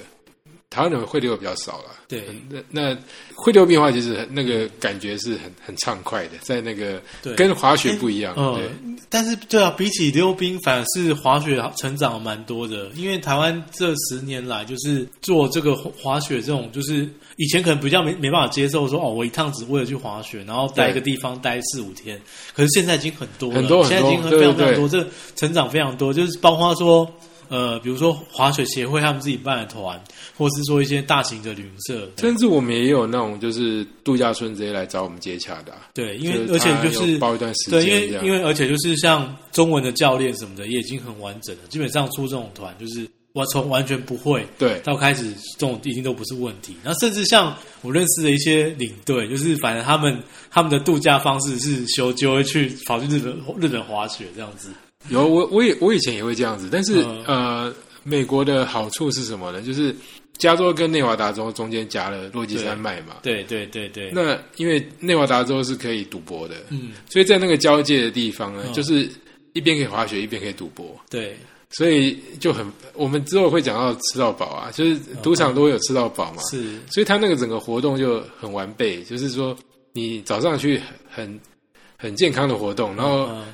Speaker 1: 台湾人会溜比较少啦，
Speaker 2: 对
Speaker 1: 那那会溜冰的话，其实很那个感觉是很很畅快的，在那个
Speaker 2: 对
Speaker 1: 跟滑雪不一样，
Speaker 2: 嗯
Speaker 1: 对，
Speaker 2: 但是对啊，比起溜冰，反而是滑雪成长蛮多的。因为台湾这十年来，就是做这个滑雪这种，就是以前可能比较没没办法接受说哦，我一趟只为了去滑雪，然后待一个地方待四五天。可是现在已经很多了，
Speaker 1: 很多很多
Speaker 2: 现在已经
Speaker 1: 对
Speaker 2: 非常非常
Speaker 1: 对
Speaker 2: 多，这成长非常多，就是包括说。呃，比如说滑雪协会他们自己办的团，或是说一些大型的旅行社，
Speaker 1: 甚至我们也有那种就是度假村直接来找我们接洽的、啊，
Speaker 2: 对，因为
Speaker 1: 就
Speaker 2: 而且
Speaker 1: 是他
Speaker 2: 就是
Speaker 1: 有包一段时
Speaker 2: 对，因
Speaker 1: 间这
Speaker 2: 为
Speaker 1: 样，
Speaker 2: 因为而且就是像中文的教练什么的也已经很完整了，基本上出这种团就是我从完全不会
Speaker 1: 对
Speaker 2: 到开始这种一定都不是问题。那甚至像我认识的一些领队，就是反正他们他们的度假方式是休就会去跑去日本日本滑雪这样子。
Speaker 1: 有我我也我以前也会这样子，但是、
Speaker 2: 嗯
Speaker 1: 呃，美国的好处是什么呢？就是加州跟内华达州中间夹了落基山脉嘛，
Speaker 2: 对对对对，
Speaker 1: 那因为内华达州是可以赌博的，
Speaker 2: 嗯
Speaker 1: 所以在那个交界的地方呢，
Speaker 2: 嗯
Speaker 1: 就是一边可以滑雪，一边可以赌博，
Speaker 2: 对
Speaker 1: 所以就很我们之后会讲到吃到饱啊，就是赌场都会有吃到饱嘛，
Speaker 2: 嗯是
Speaker 1: 所以他那个整个活动就很完备，就是说你早上去很很很健康的活动，然后
Speaker 2: 嗯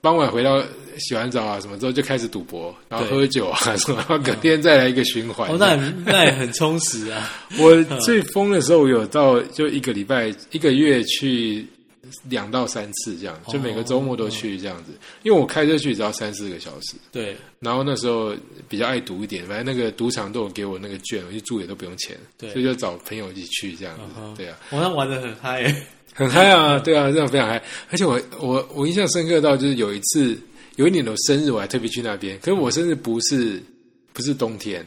Speaker 1: 傍晚回到洗完澡啊什么之后就开始赌博，然后
Speaker 2: 对嗯
Speaker 1: 喝酒啊什么，然后隔天再来一个循环。
Speaker 2: 哦，那也那也很充实啊。
Speaker 1: 我最疯的时候，我有到就一个礼拜、一个月去两到三次这样，就每个周末都去这样子。因为我开车去只要三四个小时，
Speaker 2: 对
Speaker 1: 然后那时候比较爱赌一点，反正那个赌场都有给我那个券，我去住也都不用钱，
Speaker 2: 对
Speaker 1: 所以就找朋友一起去这样子。
Speaker 2: 嗯哼
Speaker 1: 对啊，
Speaker 2: 我那玩的很嗨、
Speaker 1: 很嗨啊，对啊，这样非常嗨。而且我我我印象深刻到就是有一次有一年我生日，我还特别去那边，可是我生日不是不是冬天，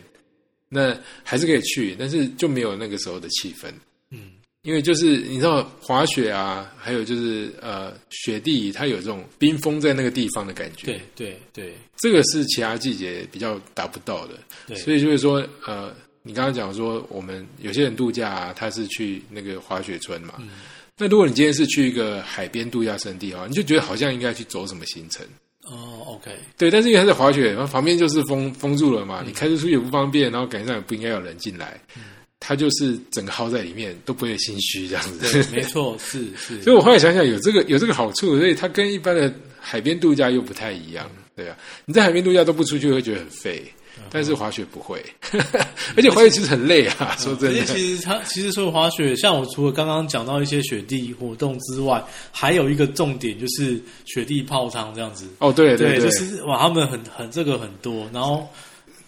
Speaker 1: 那还是可以去，但是就没有那个时候的气氛。
Speaker 2: 嗯，
Speaker 1: 因为就是你知道滑雪啊，还有就是呃雪地，它有这种冰封在那个地方的感觉。
Speaker 2: 对，对对
Speaker 1: 这个是其他季节比较达不到的，
Speaker 2: 对，
Speaker 1: 所以就是说呃。你刚刚讲说，我们有些人度假、啊，他是去那个滑雪村嘛，
Speaker 2: 嗯
Speaker 1: 那如果你今天是去一个海边度假胜地的话，你就觉得好像应该去走什么行程，
Speaker 2: 哦，OK，
Speaker 1: 对。但是因为它在滑雪，然后旁边就是封封住了嘛，
Speaker 2: 嗯
Speaker 1: 你开车出去也不方便，然后感觉上也不应该有人进来，它就是整个耗在里面都不会心虚这样
Speaker 2: 对，
Speaker 1: 子。
Speaker 2: 没错，是是。
Speaker 1: 所以我后来想想，有这个有这个好处，所以它跟一般的海边度假又不太一样，对啊。你在海边度假都不出去会觉得很废，
Speaker 2: 嗯
Speaker 1: 但是滑雪不会， 而且滑雪其实很累啊，说真
Speaker 2: 因为
Speaker 1: 的。
Speaker 2: 嗯其实它其实说滑雪，像我除了刚刚讲到一些雪地活动之外，还有一个重点就是雪地泡汤这样子。
Speaker 1: 哦，对
Speaker 2: 对，
Speaker 1: 对，
Speaker 2: 就是哇，他们很很这个很多，然 后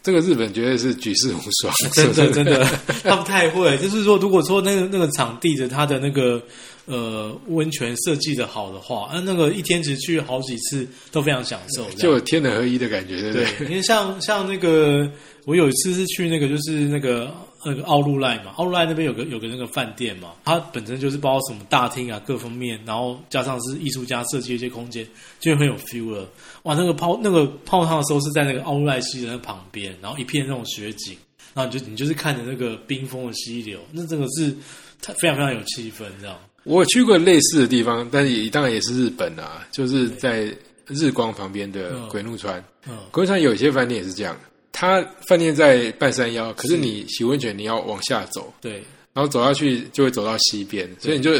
Speaker 1: 这个日本绝对是举世无双，
Speaker 2: 真
Speaker 1: 说
Speaker 2: 的真的，他们太会。就是说，如果说那个那个场地的它的那个呃温泉设计的好的话，啊那那个一天其实去好几次都非常享受。这样
Speaker 1: 就有天人合一的感觉，对不对？
Speaker 2: 对，因为像像那个，我有一次是去那个，就是那个那个奥路赖嘛，奥路赖那边有个有个那个饭店嘛，它本身就是包括什么大厅啊各方面，然后加上是艺术家设计的一些空间，就很有 feel 了。哇，那个泡那个泡汤的时候是在那个奥路赖溪的那旁边，然后一片那种雪景，然后你就你就是看着那个冰封的溪流，那这个是它非常非常有气氛，这样。
Speaker 1: 我有去过类似的地方，但也当然也是日本啊，就是在日光旁边的鬼怒川。
Speaker 2: 嗯
Speaker 1: 鬼怒川有些饭店也是这样，它饭店在半山腰，可是你洗温泉你要往下走，
Speaker 2: 对，
Speaker 1: 然后走下去就会走到溪边，所以你就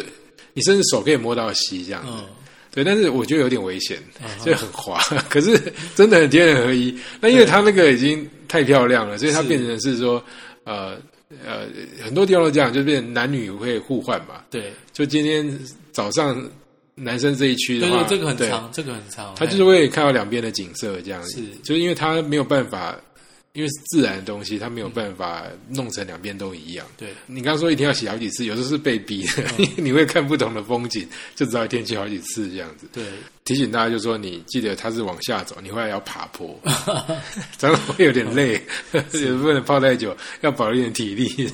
Speaker 1: 你甚至手可以摸到溪这样子。
Speaker 2: 嗯，
Speaker 1: 对，但是我觉得有点危险，所以很滑。 可是真的很天人合一。那因为它那个已经太漂亮了，所以它
Speaker 2: 是
Speaker 1: 变成是说，呃呃，很多地方都这样，就变成男女会互换嘛。
Speaker 2: 对，
Speaker 1: 就今天早上男生这一区的
Speaker 2: 对
Speaker 1: 话，
Speaker 2: 对，这个很
Speaker 1: 对，
Speaker 2: 长，这个很长，
Speaker 1: 他就是会看到两边的景色这样子
Speaker 2: 是，
Speaker 1: 就是因为他没有办法，因为是自然的东西，他没有办法弄成两边都一样。
Speaker 2: 对
Speaker 1: 你刚刚说一天要洗好几次，有时候是被逼的，因为 你会看不同的风景，就只好一天去好几次这样子。
Speaker 2: 对，
Speaker 1: 提醒大家就说，你记得它是往下走，你后来要爬坡，常常会有点累， 也不能泡太久，要保留一点体力，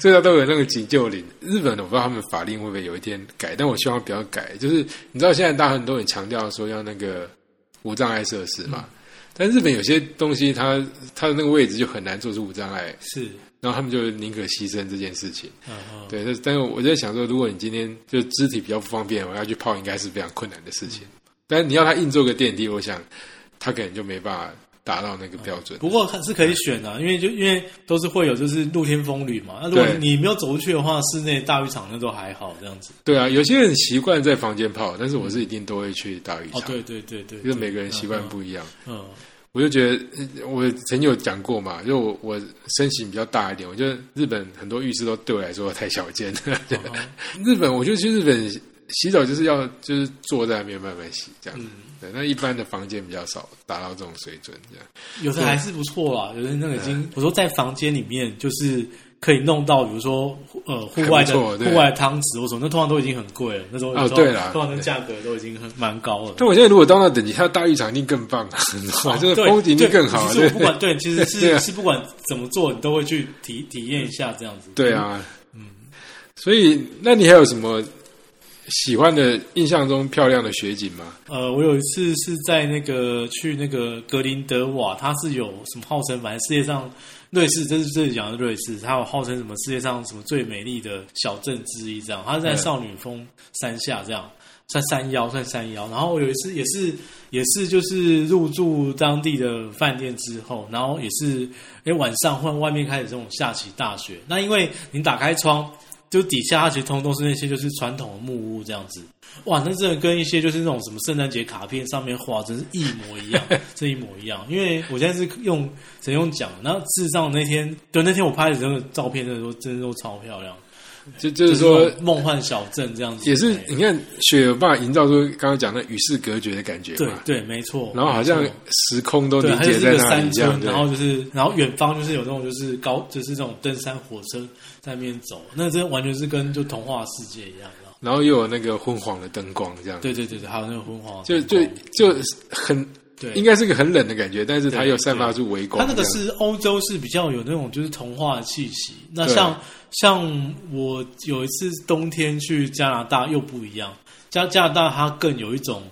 Speaker 1: 所以它都有那个急救铃。日本的我不知道他们法令会不会有一天改，但我希望不要改。就是你知道现在大家很多人强调说要那个无障碍设施嘛，但日本有些东西它它的那个位置就很难做出无障碍，
Speaker 2: 是，
Speaker 1: 然后他们就宁可牺牲这件事情。
Speaker 2: 嗯嗯，
Speaker 1: 对，但是但是我在想说，如果你今天就肢体比较不方便，我要去泡，应该是非常困难的事情。但是你要他硬坐个电梯，我想他可能就没办法达到那个标准。
Speaker 2: 嗯不过还是可以选啊的、因为就因为都是会有就是露天风吕嘛。那如果
Speaker 1: 对
Speaker 2: 你没有走出去的话，室内大浴场那都还好这样子。
Speaker 1: 对啊，有些人习惯在房间泡，但是我是一定都会去大浴
Speaker 2: 哦
Speaker 1: 场，，
Speaker 2: 对对对对，
Speaker 1: 因为
Speaker 2: 对
Speaker 1: 每个人习惯不一样。
Speaker 2: 嗯，嗯
Speaker 1: 我就觉得，呃我曾经有讲过嘛，就我我身形比较大一点，我觉得日本很多浴室都对我来说太小间了。
Speaker 2: 哦
Speaker 1: 日本，我觉得去日本洗澡就是要就是坐在那边慢慢洗这样子。
Speaker 2: 嗯
Speaker 1: 对，那一般的房间比较少达到这种水准，这样。
Speaker 2: 有的还是不错啦，
Speaker 1: 嗯
Speaker 2: 有的那个已经，我说在房间里面就是可以弄到，比如说呃户外
Speaker 1: 还
Speaker 2: 的
Speaker 1: 不错对
Speaker 2: 户外的汤池或什么，那通常都已经很贵了。那时候
Speaker 1: 哦对啦
Speaker 2: 通常的价格都已经很蛮高了。
Speaker 1: 但我现在如果到那等级，它的大浴场一定更棒啊，你知道吗？就是
Speaker 2: 哦对
Speaker 1: 风景一定更好啊。
Speaker 2: 对其实
Speaker 1: 对
Speaker 2: 我不管对，其实
Speaker 1: 对啊
Speaker 2: 是是不管怎么做，你都会去体体验一下这样子。
Speaker 1: 对啊，嗯。所以，那你还有什么喜欢的、印象中漂亮的雪景吗？
Speaker 2: 呃，我有一次是在那个去那个格林德瓦，它是有什么号称，反正世界上瑞士，这是这里讲的瑞士，它有号称什么世界上什么最美丽的小镇之一，这样，它是在
Speaker 1: 嗯
Speaker 2: 少女峰山下这样。算山腰，算山腰。然后有一次也是也是就是入住当地的饭店之后，然后也是哎晚上换外面开始这种下起大雪。那因为你打开窗，就底下它其实通通都是那些就是传统的木屋这样子。哇，那真的跟一些就是那种什么圣诞节卡片上面画，真是一模一 样，真一模一样。因为我现在是用只能用讲，然后事实上那天对那天我拍的那个照片，真的都真的都超漂亮，
Speaker 1: 就就是
Speaker 2: 是
Speaker 1: 说
Speaker 2: 那，种梦幻小镇这样子，
Speaker 1: 也是
Speaker 2: 哎
Speaker 1: 你看雪有办法营造出刚刚讲的与世隔绝的感觉
Speaker 2: 对
Speaker 1: 嘛，
Speaker 2: 对，没错。
Speaker 1: 然后好像
Speaker 2: 没错
Speaker 1: 时空都
Speaker 2: 对，
Speaker 1: 凝
Speaker 2: 它就
Speaker 1: 结
Speaker 2: 是一
Speaker 1: 在
Speaker 2: 个
Speaker 1: 那里
Speaker 2: 山
Speaker 1: 一样
Speaker 2: 村，，
Speaker 1: 对
Speaker 2: 然后就是，然后远方就是有那种就是高，就是这种登山火车在那边走，那真的完全是跟就童话世界一样，你知道吗
Speaker 1: 然后又有那个昏黄的灯光这样，
Speaker 2: 对对对对，还有那个昏黄
Speaker 1: 就
Speaker 2: 的
Speaker 1: 就
Speaker 2: 灯光，
Speaker 1: 就很
Speaker 2: 对，
Speaker 1: 应该是个很冷的感觉，但是它
Speaker 2: 对
Speaker 1: 又散发出微光
Speaker 2: 它
Speaker 1: 这
Speaker 2: 那
Speaker 1: 样，
Speaker 2: 个是欧洲是比较有那种就是童话的气息。那
Speaker 1: 对
Speaker 2: 像像我有一次冬天去加拿大又不一样，加加拿大它更有一种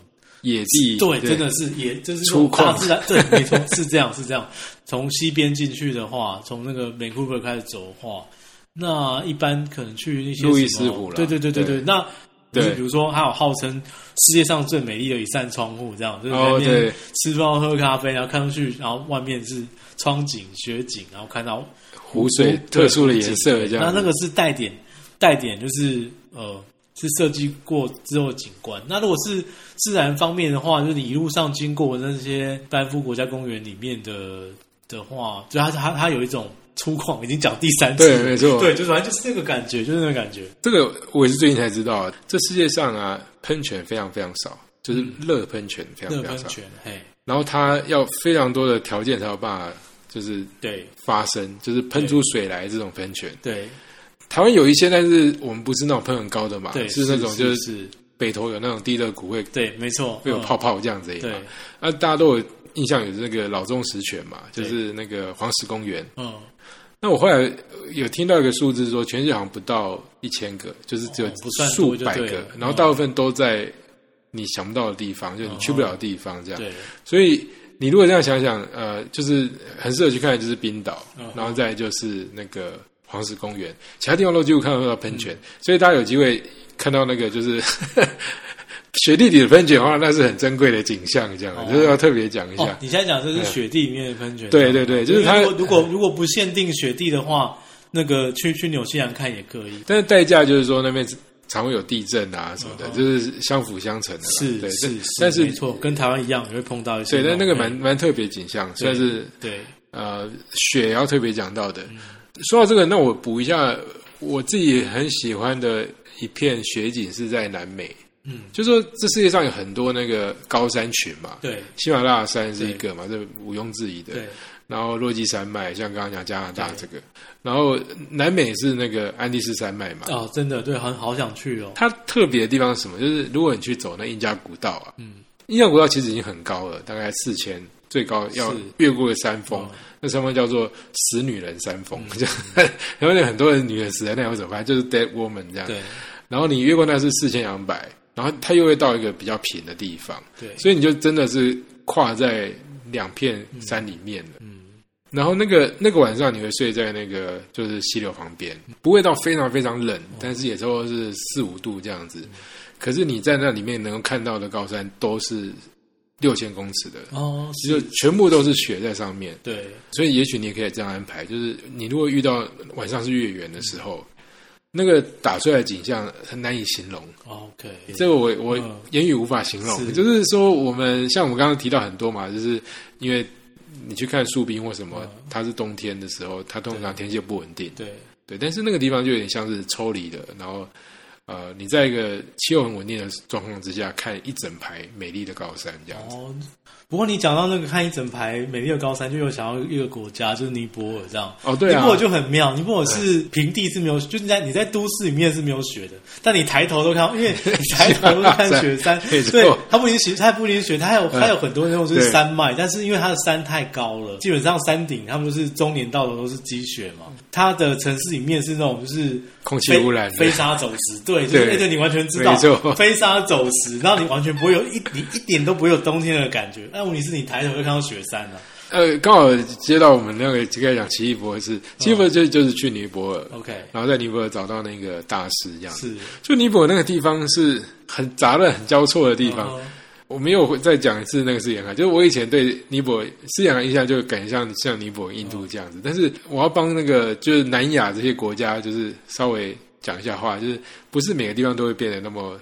Speaker 1: 野地，
Speaker 2: 对，真的是也就是那
Speaker 1: 粗
Speaker 2: 种
Speaker 1: 犷
Speaker 2: 大自然，对，没错，是这样，是这样。从西边进去的话，从那个 Vancouver 开始走的话，那一般可能去那些
Speaker 1: 路易
Speaker 2: 什么
Speaker 1: 斯湖啦
Speaker 2: 对对对对对。
Speaker 1: 对
Speaker 2: 那就是
Speaker 1: 对
Speaker 2: 比如说，还有号称世界上最美丽的一扇窗户，这样就是在
Speaker 1: 哦
Speaker 2: 那
Speaker 1: 对
Speaker 2: 边吃饭喝咖啡，然后看出去，然后外面是窗景雪景，然后看到
Speaker 1: 湖水
Speaker 2: 湖
Speaker 1: 特殊的颜色
Speaker 2: 对
Speaker 1: 这样
Speaker 2: 那
Speaker 1: 子，
Speaker 2: 那个是带点，带点就是呃，是设计过之后的景观。那如果是自然方面的话，就是你一路上经过那些班夫国家公园里面的的话，就它它它有一种粗犷，已经讲第三次
Speaker 1: 对
Speaker 2: 了，
Speaker 1: 没错
Speaker 2: 对，就是反正就是那个感觉，就是那个感觉。
Speaker 1: 这个我也是最近才知道，这世界上啊，喷泉非常非常少，就是热喷泉非常
Speaker 2: 那个
Speaker 1: 非常
Speaker 2: 嗯喷
Speaker 1: 少。
Speaker 2: 泉，嘿，
Speaker 1: 然后它要非常多的条件才有办法，就是
Speaker 2: 对
Speaker 1: 发生，就是喷出水来这种喷泉。
Speaker 2: 对
Speaker 1: 台湾有一些，但是我们不是那种喷很高的嘛，
Speaker 2: 对，
Speaker 1: 啊是那种就是是
Speaker 2: 是
Speaker 1: 北投有那种地热谷会
Speaker 2: 对，没错，
Speaker 1: 会有
Speaker 2: 嗯
Speaker 1: 泡泡这样子而已
Speaker 2: 对
Speaker 1: 嘛。，那、大家都有印象有那个老中石泉嘛，就是那个黄石公园。
Speaker 2: 嗯，
Speaker 1: 那我后来有听到一个数字说，全世界好像不到一千个，就是只有
Speaker 2: 哦不算
Speaker 1: 数
Speaker 2: 多就
Speaker 1: 百
Speaker 2: 对
Speaker 1: 个
Speaker 2: 了，嗯
Speaker 1: 然后大部分都在你想不到的地方，就
Speaker 2: 哦
Speaker 1: 你去不了的地方这样。
Speaker 2: 对
Speaker 1: 所以你如果这样想想，呃，就是很适合去看的就是冰岛
Speaker 2: 嗯，
Speaker 1: 然后再来就是那个黄石公园，
Speaker 2: 嗯
Speaker 1: 其他地方都几乎看不到喷泉，所以大家有机会看到那个就是。 雪地里的喷泉的话，那是很珍贵的景象，这样、
Speaker 2: 哦
Speaker 1: 就是要特别讲一下。
Speaker 2: 哦，你现在讲这是雪地里面的喷泉，哦
Speaker 1: 对对对就是
Speaker 2: 因为
Speaker 1: 它
Speaker 2: 如果如果如果不限定雪地的话，那个去去纽西兰看也可以。
Speaker 1: 但是代价就是说那边常会有地震啊什么的，就是相辅相成的啦。
Speaker 2: 哦是
Speaker 1: 对，
Speaker 2: 是
Speaker 1: 但，但
Speaker 2: 没
Speaker 1: 是
Speaker 2: 错，跟台湾一样也会碰到一些
Speaker 1: 对，
Speaker 2: 种。
Speaker 1: 但那个蛮蛮特别景象，算是
Speaker 2: 对
Speaker 1: 呃雪要特别讲到的。说到这个，那我补一下，我自己很喜欢的一片雪景是在南美。
Speaker 2: 嗯，
Speaker 1: 就说这世界上有很多那个高山群嘛，
Speaker 2: 对
Speaker 1: 喜马拉雅山是一个嘛，这毋庸置疑的。
Speaker 2: 对，
Speaker 1: 然后落基山脉，像刚刚讲加拿大这个，然后南美是那个安第斯山脉嘛。
Speaker 2: 哦，真的对，很好想去哦。
Speaker 1: 它特别的地方是什么？就是如果你去走那印加古道啊，嗯，印加古道其实已经很高了，大概四千，最高要
Speaker 2: 是哦
Speaker 1: 越过个山峰，那山峰叫做死女人山峰，
Speaker 2: 嗯
Speaker 1: 就然后有很多人女人死在那里会怎么办？就是 dead woman 这样。
Speaker 2: 对
Speaker 1: 然后你越过那是四千两百，然后它又会到一个比较平的地方，
Speaker 2: 对，
Speaker 1: 所以你就真的是跨在两片山里面了。嗯，然后那个那个晚上你会睡在那个就是溪流旁边，不会到非常非常冷，但是也都是四五度这样子。可是你在那里面能够看到的高山都是六千公尺的，
Speaker 2: 哦，是
Speaker 1: 就全部都是雪在上面。
Speaker 2: 对
Speaker 1: 所以也许你也可以这样安排，就是你如果遇到晚上是月圆的时候，那个打出来的景象很难以形容。
Speaker 2: ，OK，
Speaker 1: 这个我我
Speaker 2: 嗯
Speaker 1: 言语无法形容，
Speaker 2: 是
Speaker 1: 就是说我们像我们刚刚提到很多嘛，就是因为你去看树冰或什么，
Speaker 2: 嗯
Speaker 1: 它是冬天的时候，它通常天气不稳定，
Speaker 2: 对
Speaker 1: 对但是那个地方就有点像是抽离的，然后呃，你在一个气候很稳定的状况之下，看一整排美丽的高山这样子。
Speaker 2: 哦。不过你讲到那个看一整排美丽的高山，就有想到一个国家，就是尼泊尔这样。
Speaker 1: 哦，对
Speaker 2: 尼
Speaker 1: 啊
Speaker 2: 泊，尔就很妙，尼泊尔是平地是没有，就是你在你在都市里面是没有雪的，但你抬头都看 到，因为你抬头都看雪山
Speaker 1: 没，错嗯
Speaker 2: 对，它不仅雪，它不仅雪，它还有它有很多那种就是
Speaker 1: 对
Speaker 2: 山脉，但是因为它的山太高了，基本上山顶他们就是终年到头都是积雪嘛。它的城市里面是那种就是
Speaker 1: 空气
Speaker 2: 飞
Speaker 1: 污染的
Speaker 2: 飞沙走石，对，就是
Speaker 1: 对
Speaker 2: 哎对你完全知道
Speaker 1: 没错，
Speaker 2: 飞沙走石，然后你完全不会有一你一点都不会有冬天的感觉，但问题是你抬头就看到雪山啊了、
Speaker 1: 呃，刚好接到我们那个刚才讲奇异博
Speaker 2: 嗯
Speaker 1: 士，奇异博士就就是去尼泊尔，
Speaker 2: OK，
Speaker 1: 然后在尼泊尔找到那个大师这样子。
Speaker 2: 哦是
Speaker 1: 就尼泊尔那个地方是很杂乱、很交错的地方。
Speaker 2: 嗯
Speaker 1: 我没有再讲一次那个斯里兰卡，就是我以前对尼泊尔斯里兰卡印象就感觉像像尼泊尔、印度这样子。但是我要帮那个就是南亚这些国家，就是稍微讲一下话，就是不是每个地方都会变得那么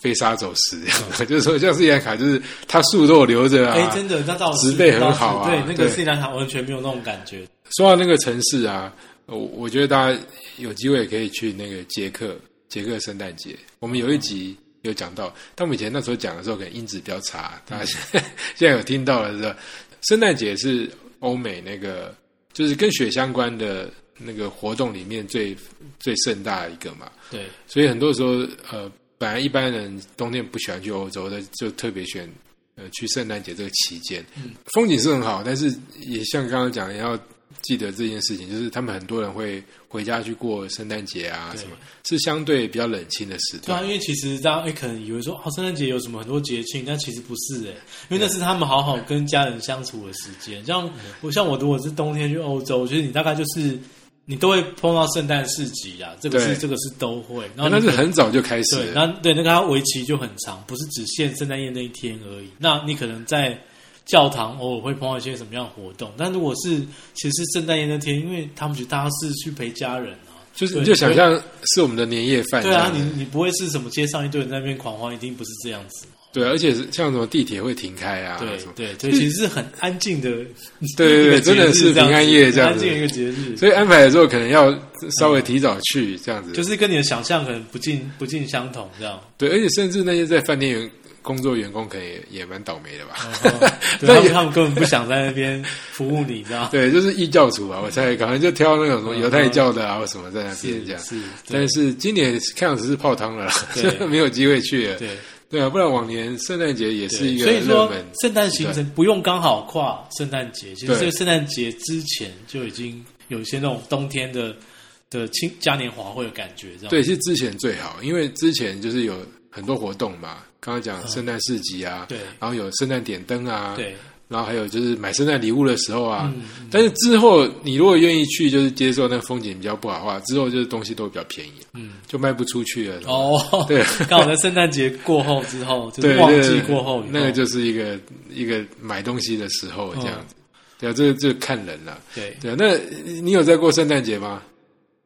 Speaker 1: 飞沙走石 这样的。就是说，像斯里兰卡，就是它树都有留着啊。
Speaker 2: 哎、真的，那倒是
Speaker 1: 植被很好啊
Speaker 2: 倒是对，那个
Speaker 1: 对
Speaker 2: 斯里兰卡完全没有那种感觉。
Speaker 1: 说到那个城市啊，我我觉得大家有机会可以去那个捷克，捷克圣诞节。我们有一集有讲到，但我们以前那时候讲的时候，可能音质比较差，大家现在 现在有听到了是吧？圣诞节是欧美那个就是跟雪相关的那个活动里面最最盛大的一个嘛，
Speaker 2: 对，
Speaker 1: 所以很多时候呃，本来一般人冬天不喜欢去欧洲的，就特别选呃去圣诞节这个期间，
Speaker 2: 嗯
Speaker 1: 风景是很好，但是也像刚刚讲，也要记得这件事情，就是他们很多人会回家去过圣诞节啊，
Speaker 2: 对
Speaker 1: 什么是相对比较冷清的时
Speaker 2: 对啊，
Speaker 1: 段。
Speaker 2: 因为其实大家哎、可能以为说哦，圣诞节有什么很多节庆，但其实不是哎、因为那是他们好好跟家人相处的时间。像我像我如果是冬天去欧洲，就是你大概就是你都会碰到圣诞市集啊，这个是
Speaker 1: 对哎
Speaker 2: 这个是都会，然
Speaker 1: 那
Speaker 2: 后你
Speaker 1: 但是
Speaker 2: 可能
Speaker 1: 很早就开始
Speaker 2: 对，
Speaker 1: 了，
Speaker 2: 那对那个它为期就很长，不是只限圣诞夜那一天而已。那你可能在教堂偶尔会碰到一些什么样的活动，但如果是其实是圣诞夜那天，因为他们觉得大家是去陪家人啊，
Speaker 1: 就是
Speaker 2: 对
Speaker 1: 你就想象是我们的年夜饭这
Speaker 2: 对啊
Speaker 1: 样，
Speaker 2: 你
Speaker 1: 子，
Speaker 2: 你不会是什么街上一堆人在那边狂欢，一定不是这样子嘛。
Speaker 1: 对，而且是像什么地铁会停开啊，
Speaker 2: 对
Speaker 1: 什么，
Speaker 2: 对对，其实是很安静 的，
Speaker 1: 对对
Speaker 2: 一
Speaker 1: 对
Speaker 2: 个
Speaker 1: 真的
Speaker 2: 节日
Speaker 1: 是
Speaker 2: 这样
Speaker 1: 平安
Speaker 2: 子
Speaker 1: 夜这样
Speaker 2: 很安静
Speaker 1: 子
Speaker 2: 的一个节日，
Speaker 1: 所以安排的时候可能要稍微提早去这样子，
Speaker 2: 就是跟你的想象可能不 尽不尽相同这样。
Speaker 1: 对，而且甚至那些在饭店员工作员工，可能也也蛮倒霉的吧。
Speaker 2: 嗯哦对他
Speaker 1: 但
Speaker 2: 们
Speaker 1: 也
Speaker 2: 他们根本不想在那边服务你，这样。
Speaker 1: 对，就是异教徒啊，我猜可能就挑那种什么犹太教的啊，或什么在那边这
Speaker 2: 是
Speaker 1: 样。
Speaker 2: 嗯是，对
Speaker 1: 但是今年看样子是泡汤了啦，
Speaker 2: 对
Speaker 1: 没有机会去了。
Speaker 2: 对。
Speaker 1: 对啊，不然往年圣诞节也是
Speaker 2: 对
Speaker 1: 一个
Speaker 2: 所以
Speaker 1: 热
Speaker 2: 说
Speaker 1: 门。
Speaker 2: 圣诞行程不用刚好跨圣诞节，其实
Speaker 1: 对
Speaker 2: 这个圣诞节之前就已经有一些那种冬天的的庆嘉年华会的感觉，这样
Speaker 1: 对，是之前最好，因为之前就是有很多活动嘛，刚刚讲圣诞市集啊，
Speaker 2: 嗯对
Speaker 1: 然后有圣诞点灯啊，
Speaker 2: 对
Speaker 1: 然后还有就是买圣诞礼物的时候啊，
Speaker 2: 嗯
Speaker 1: 但是之后你如果愿意去，就是接受那个风景比较不好的话，之后就是东西都比较便宜，嗯，就卖不出去了。
Speaker 2: 哦，
Speaker 1: 对，
Speaker 2: 刚好在圣诞节过后之后，就是
Speaker 1: 对，
Speaker 2: 旺
Speaker 1: 那
Speaker 2: 季
Speaker 1: 个
Speaker 2: 过后以后，
Speaker 1: 那个就是一个一个买东西的时候这
Speaker 2: 哦
Speaker 1: 样子。对啊，这这看人了。
Speaker 2: 对
Speaker 1: 对啊，那你你有在过圣诞节吗？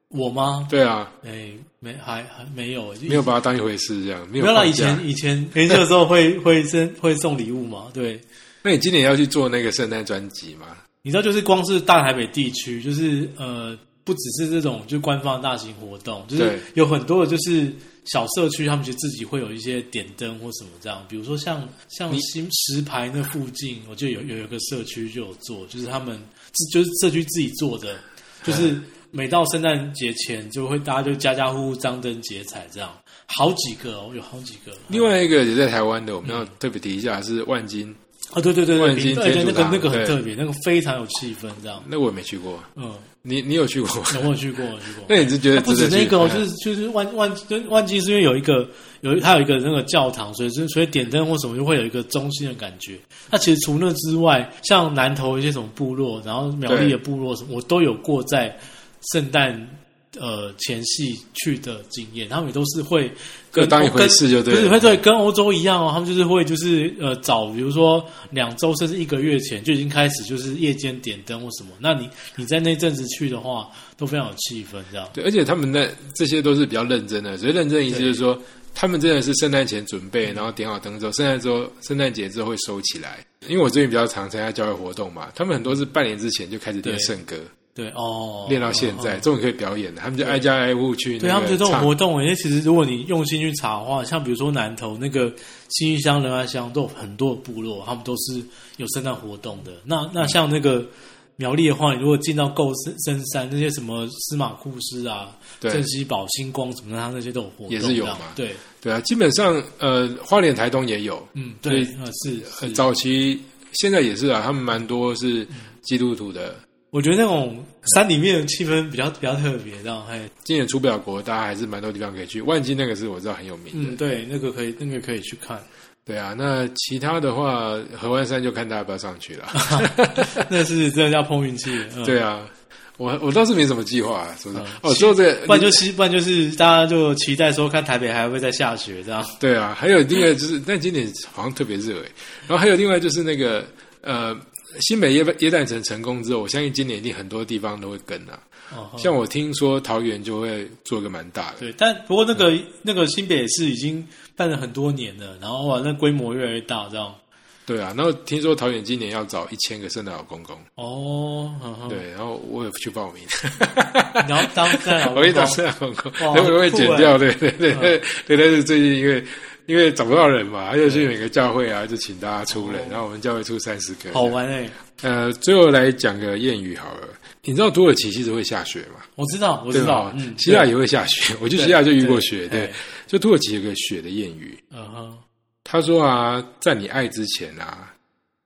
Speaker 2: 我吗？
Speaker 1: 对啊，
Speaker 2: 哎，没还还没有，
Speaker 1: 没有把它当一回事，这样没有
Speaker 2: 没有啦，
Speaker 1: 放
Speaker 2: 以
Speaker 1: 假
Speaker 2: 前以前年轻的时候会会送会送礼物嘛，对，
Speaker 1: 那你今年要去做那个圣诞专辑吗？
Speaker 2: 你知道，就是光是大台北地区，就是呃，不只是这种就是官方大型活动，就是
Speaker 1: 对
Speaker 2: 有很多的就是小社区，他们就自己会有一些点灯或什么这样，比如说像像新石牌那附近，我记得有有有一个社区就有做，就是他们自就是社区自己做的，就是
Speaker 1: 嗯
Speaker 2: 每到圣诞节前就会大家就家家户户张灯结彩这样，好几个哦，有好几个。
Speaker 1: 另外一个也在台湾的，我
Speaker 2: 嗯
Speaker 1: 们要特别提一下是万金，
Speaker 2: 啊，对对对对，
Speaker 1: 万金
Speaker 2: 平对对
Speaker 1: 天
Speaker 2: 那
Speaker 1: 主
Speaker 2: 个
Speaker 1: 堂
Speaker 2: 那个很
Speaker 1: 对
Speaker 2: 特别，那个非常有气氛这样，
Speaker 1: 那我也没去过，
Speaker 2: 嗯。
Speaker 1: 你你有去过吗？
Speaker 2: 有没有去过？有去过。
Speaker 1: 那你是觉得
Speaker 2: 不止
Speaker 1: 值得
Speaker 2: 那
Speaker 1: 去
Speaker 2: 个哦，
Speaker 1: 嗯
Speaker 2: 就是就是万万万金是因为有一个有它有一个那个教堂，所以所以所以点灯或什么就会有一个中心的感觉。那其实除那之外，像南投一些什么部落，然后苗栗的部落什么，我都有过在圣诞。呃，前戏去的经验，他们也都是会
Speaker 1: 各
Speaker 2: 跟
Speaker 1: 当一回事就对
Speaker 2: 跟
Speaker 1: 了
Speaker 2: 不是会对跟欧洲一样哦，他们就是会就是呃早，比如说两周甚至一个月前就已经开始就是夜间点灯或什么。那你你在那阵子去的话，都非常有气氛，这样。
Speaker 1: 对，而且他们那这些都是比较认真的，所以认真的意思就是说，他们真的是圣诞前准备，然后点好灯之后，圣诞之后，圣诞节之后会收起来。因为我最近比较常参加教会活动嘛，他们很多是半年之前就开始练
Speaker 2: 对
Speaker 1: 圣歌，
Speaker 2: 对哦，
Speaker 1: 练到现在，
Speaker 2: 嗯嗯
Speaker 1: 终于可以表演了。他们就挨家挨户去那个唱，
Speaker 2: 对他们觉得这种活动，因为其实如果你用心去查的话，像比如说南投那个新义乡、仁爱乡都有很多的部落，他们都是有圣诞活动的。那
Speaker 1: 嗯
Speaker 2: 那像那个苗栗的话，你如果进到够深深山那些什么司马库斯啊、
Speaker 1: 对
Speaker 2: 镇西堡、星光什么的，他那些都有活动，
Speaker 1: 也是有
Speaker 2: 这样
Speaker 1: 嘛
Speaker 2: 对，
Speaker 1: 对啊，基本上呃，花莲、台东也有，
Speaker 2: 嗯，
Speaker 1: 所
Speaker 2: 对
Speaker 1: 以，
Speaker 2: 呃是
Speaker 1: 呃
Speaker 2: 是
Speaker 1: 早期现在也是啊，他们蛮多
Speaker 2: 嗯
Speaker 1: 是基督徒的。
Speaker 2: 我觉得那种山里面的气氛比较比较特别，这样嘿，
Speaker 1: 今年出不了国，大家还是蛮多地方可以去。万金那个是我知道很有名的，
Speaker 2: 嗯，对，那个可以，那个可以去看。
Speaker 1: 对啊。那其他的话，合欢山就看大家要不要上去 了。
Speaker 2: 那是真的要碰运气了。嗯、
Speaker 1: 对啊，我我倒是没什么计划、啊，是不是
Speaker 2: 嗯？
Speaker 1: 哦，之后这个
Speaker 2: 不然就是不然就是大家就期待说看台北还会不会再下雪这样。
Speaker 1: 对啊，还有另外就是，但今年好像特别热诶。欸然后还有另外就是那个呃，新美耶耶诞城成功之后，我相信今年一定很多地方都会跟啊。
Speaker 2: 哦，
Speaker 1: 像我听说桃园就会做个蛮大的，
Speaker 2: 对，但不过那个、
Speaker 1: 嗯
Speaker 2: 那个新北市已经办了很多年了，然后哇，那规模越来越大这样。
Speaker 1: 对啊。然后听说桃园今年要找一千个圣诞老公公，
Speaker 2: 哦，呵呵，
Speaker 1: 对，然后我也去报名，
Speaker 2: 然后当在
Speaker 1: 我也找圣诞老公公，
Speaker 2: 哇
Speaker 1: 我也会
Speaker 2: 哦酷
Speaker 1: 剪
Speaker 2: 欸
Speaker 1: 掉，对对对对对。但是最近因为因为找不到人嘛，就去每个教会啊，就请大家出人，然后我们教会出三十个，
Speaker 2: 哦好玩哎、
Speaker 1: 呃，最后来讲个谚语好了。你知道土耳其其实会下雪嘛？
Speaker 2: 我知道，我
Speaker 1: 对啊
Speaker 2: 知道
Speaker 1: 吧，
Speaker 2: 嗯，
Speaker 1: 希腊
Speaker 2: 对
Speaker 1: 也会下雪，我去希腊就遇过雪。
Speaker 2: 对
Speaker 1: 对
Speaker 2: 对，
Speaker 1: 就土耳其有个雪的谚语，
Speaker 2: 嗯哼，
Speaker 1: 他说啊，在你爱之前啊，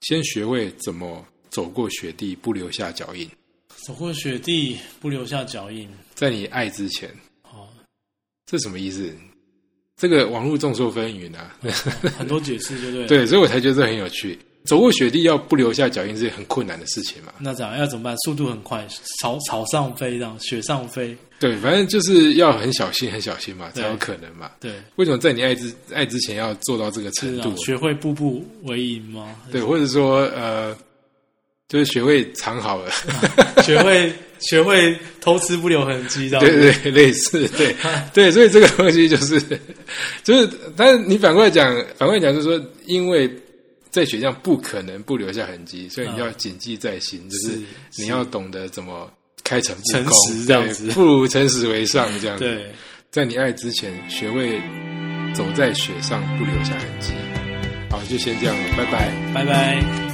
Speaker 1: 先学会怎么走过雪地，不留下脚印。
Speaker 2: 走过雪地不留下脚印。
Speaker 1: 在你爱之前，
Speaker 2: 哦，
Speaker 1: 这什么意思？这个网络众说纷纭啊，
Speaker 2: 很多解释，对不对？。
Speaker 1: 对，所以我才觉得这很有趣。走过雪地要不留下脚印是很困难的事情嘛。
Speaker 2: 那怎样？要怎么办？速度很快，草草上飞，这样雪上飞，
Speaker 1: 对，反正就是要很小心，很小心嘛，才有
Speaker 2: 对
Speaker 1: 可能嘛。
Speaker 2: 对，
Speaker 1: 为什么在你爱之爱之前要做到这个
Speaker 2: 是
Speaker 1: 程
Speaker 2: 啊
Speaker 1: 度，？
Speaker 2: 学会步步为营吗？
Speaker 1: 对，或者说呃，就是学会藏好了，
Speaker 2: 学会学会偷吃不留痕迹，这 样
Speaker 1: 对对 对，类似，对对，所以这个东西就是就是，但是你反过来讲，反过来讲就是说，因为在雪上不可能不留下痕迹，所以你要谨记在心，就是
Speaker 2: 嗯是
Speaker 1: 你要懂得怎么开诚布
Speaker 2: 诚
Speaker 1: 公，
Speaker 2: 实这样子
Speaker 1: 对不如诚实为上这样子。
Speaker 2: 对，
Speaker 1: 在你爱之前，学会走在雪上不留下痕迹。好，就先这样了，拜拜。
Speaker 2: 拜拜。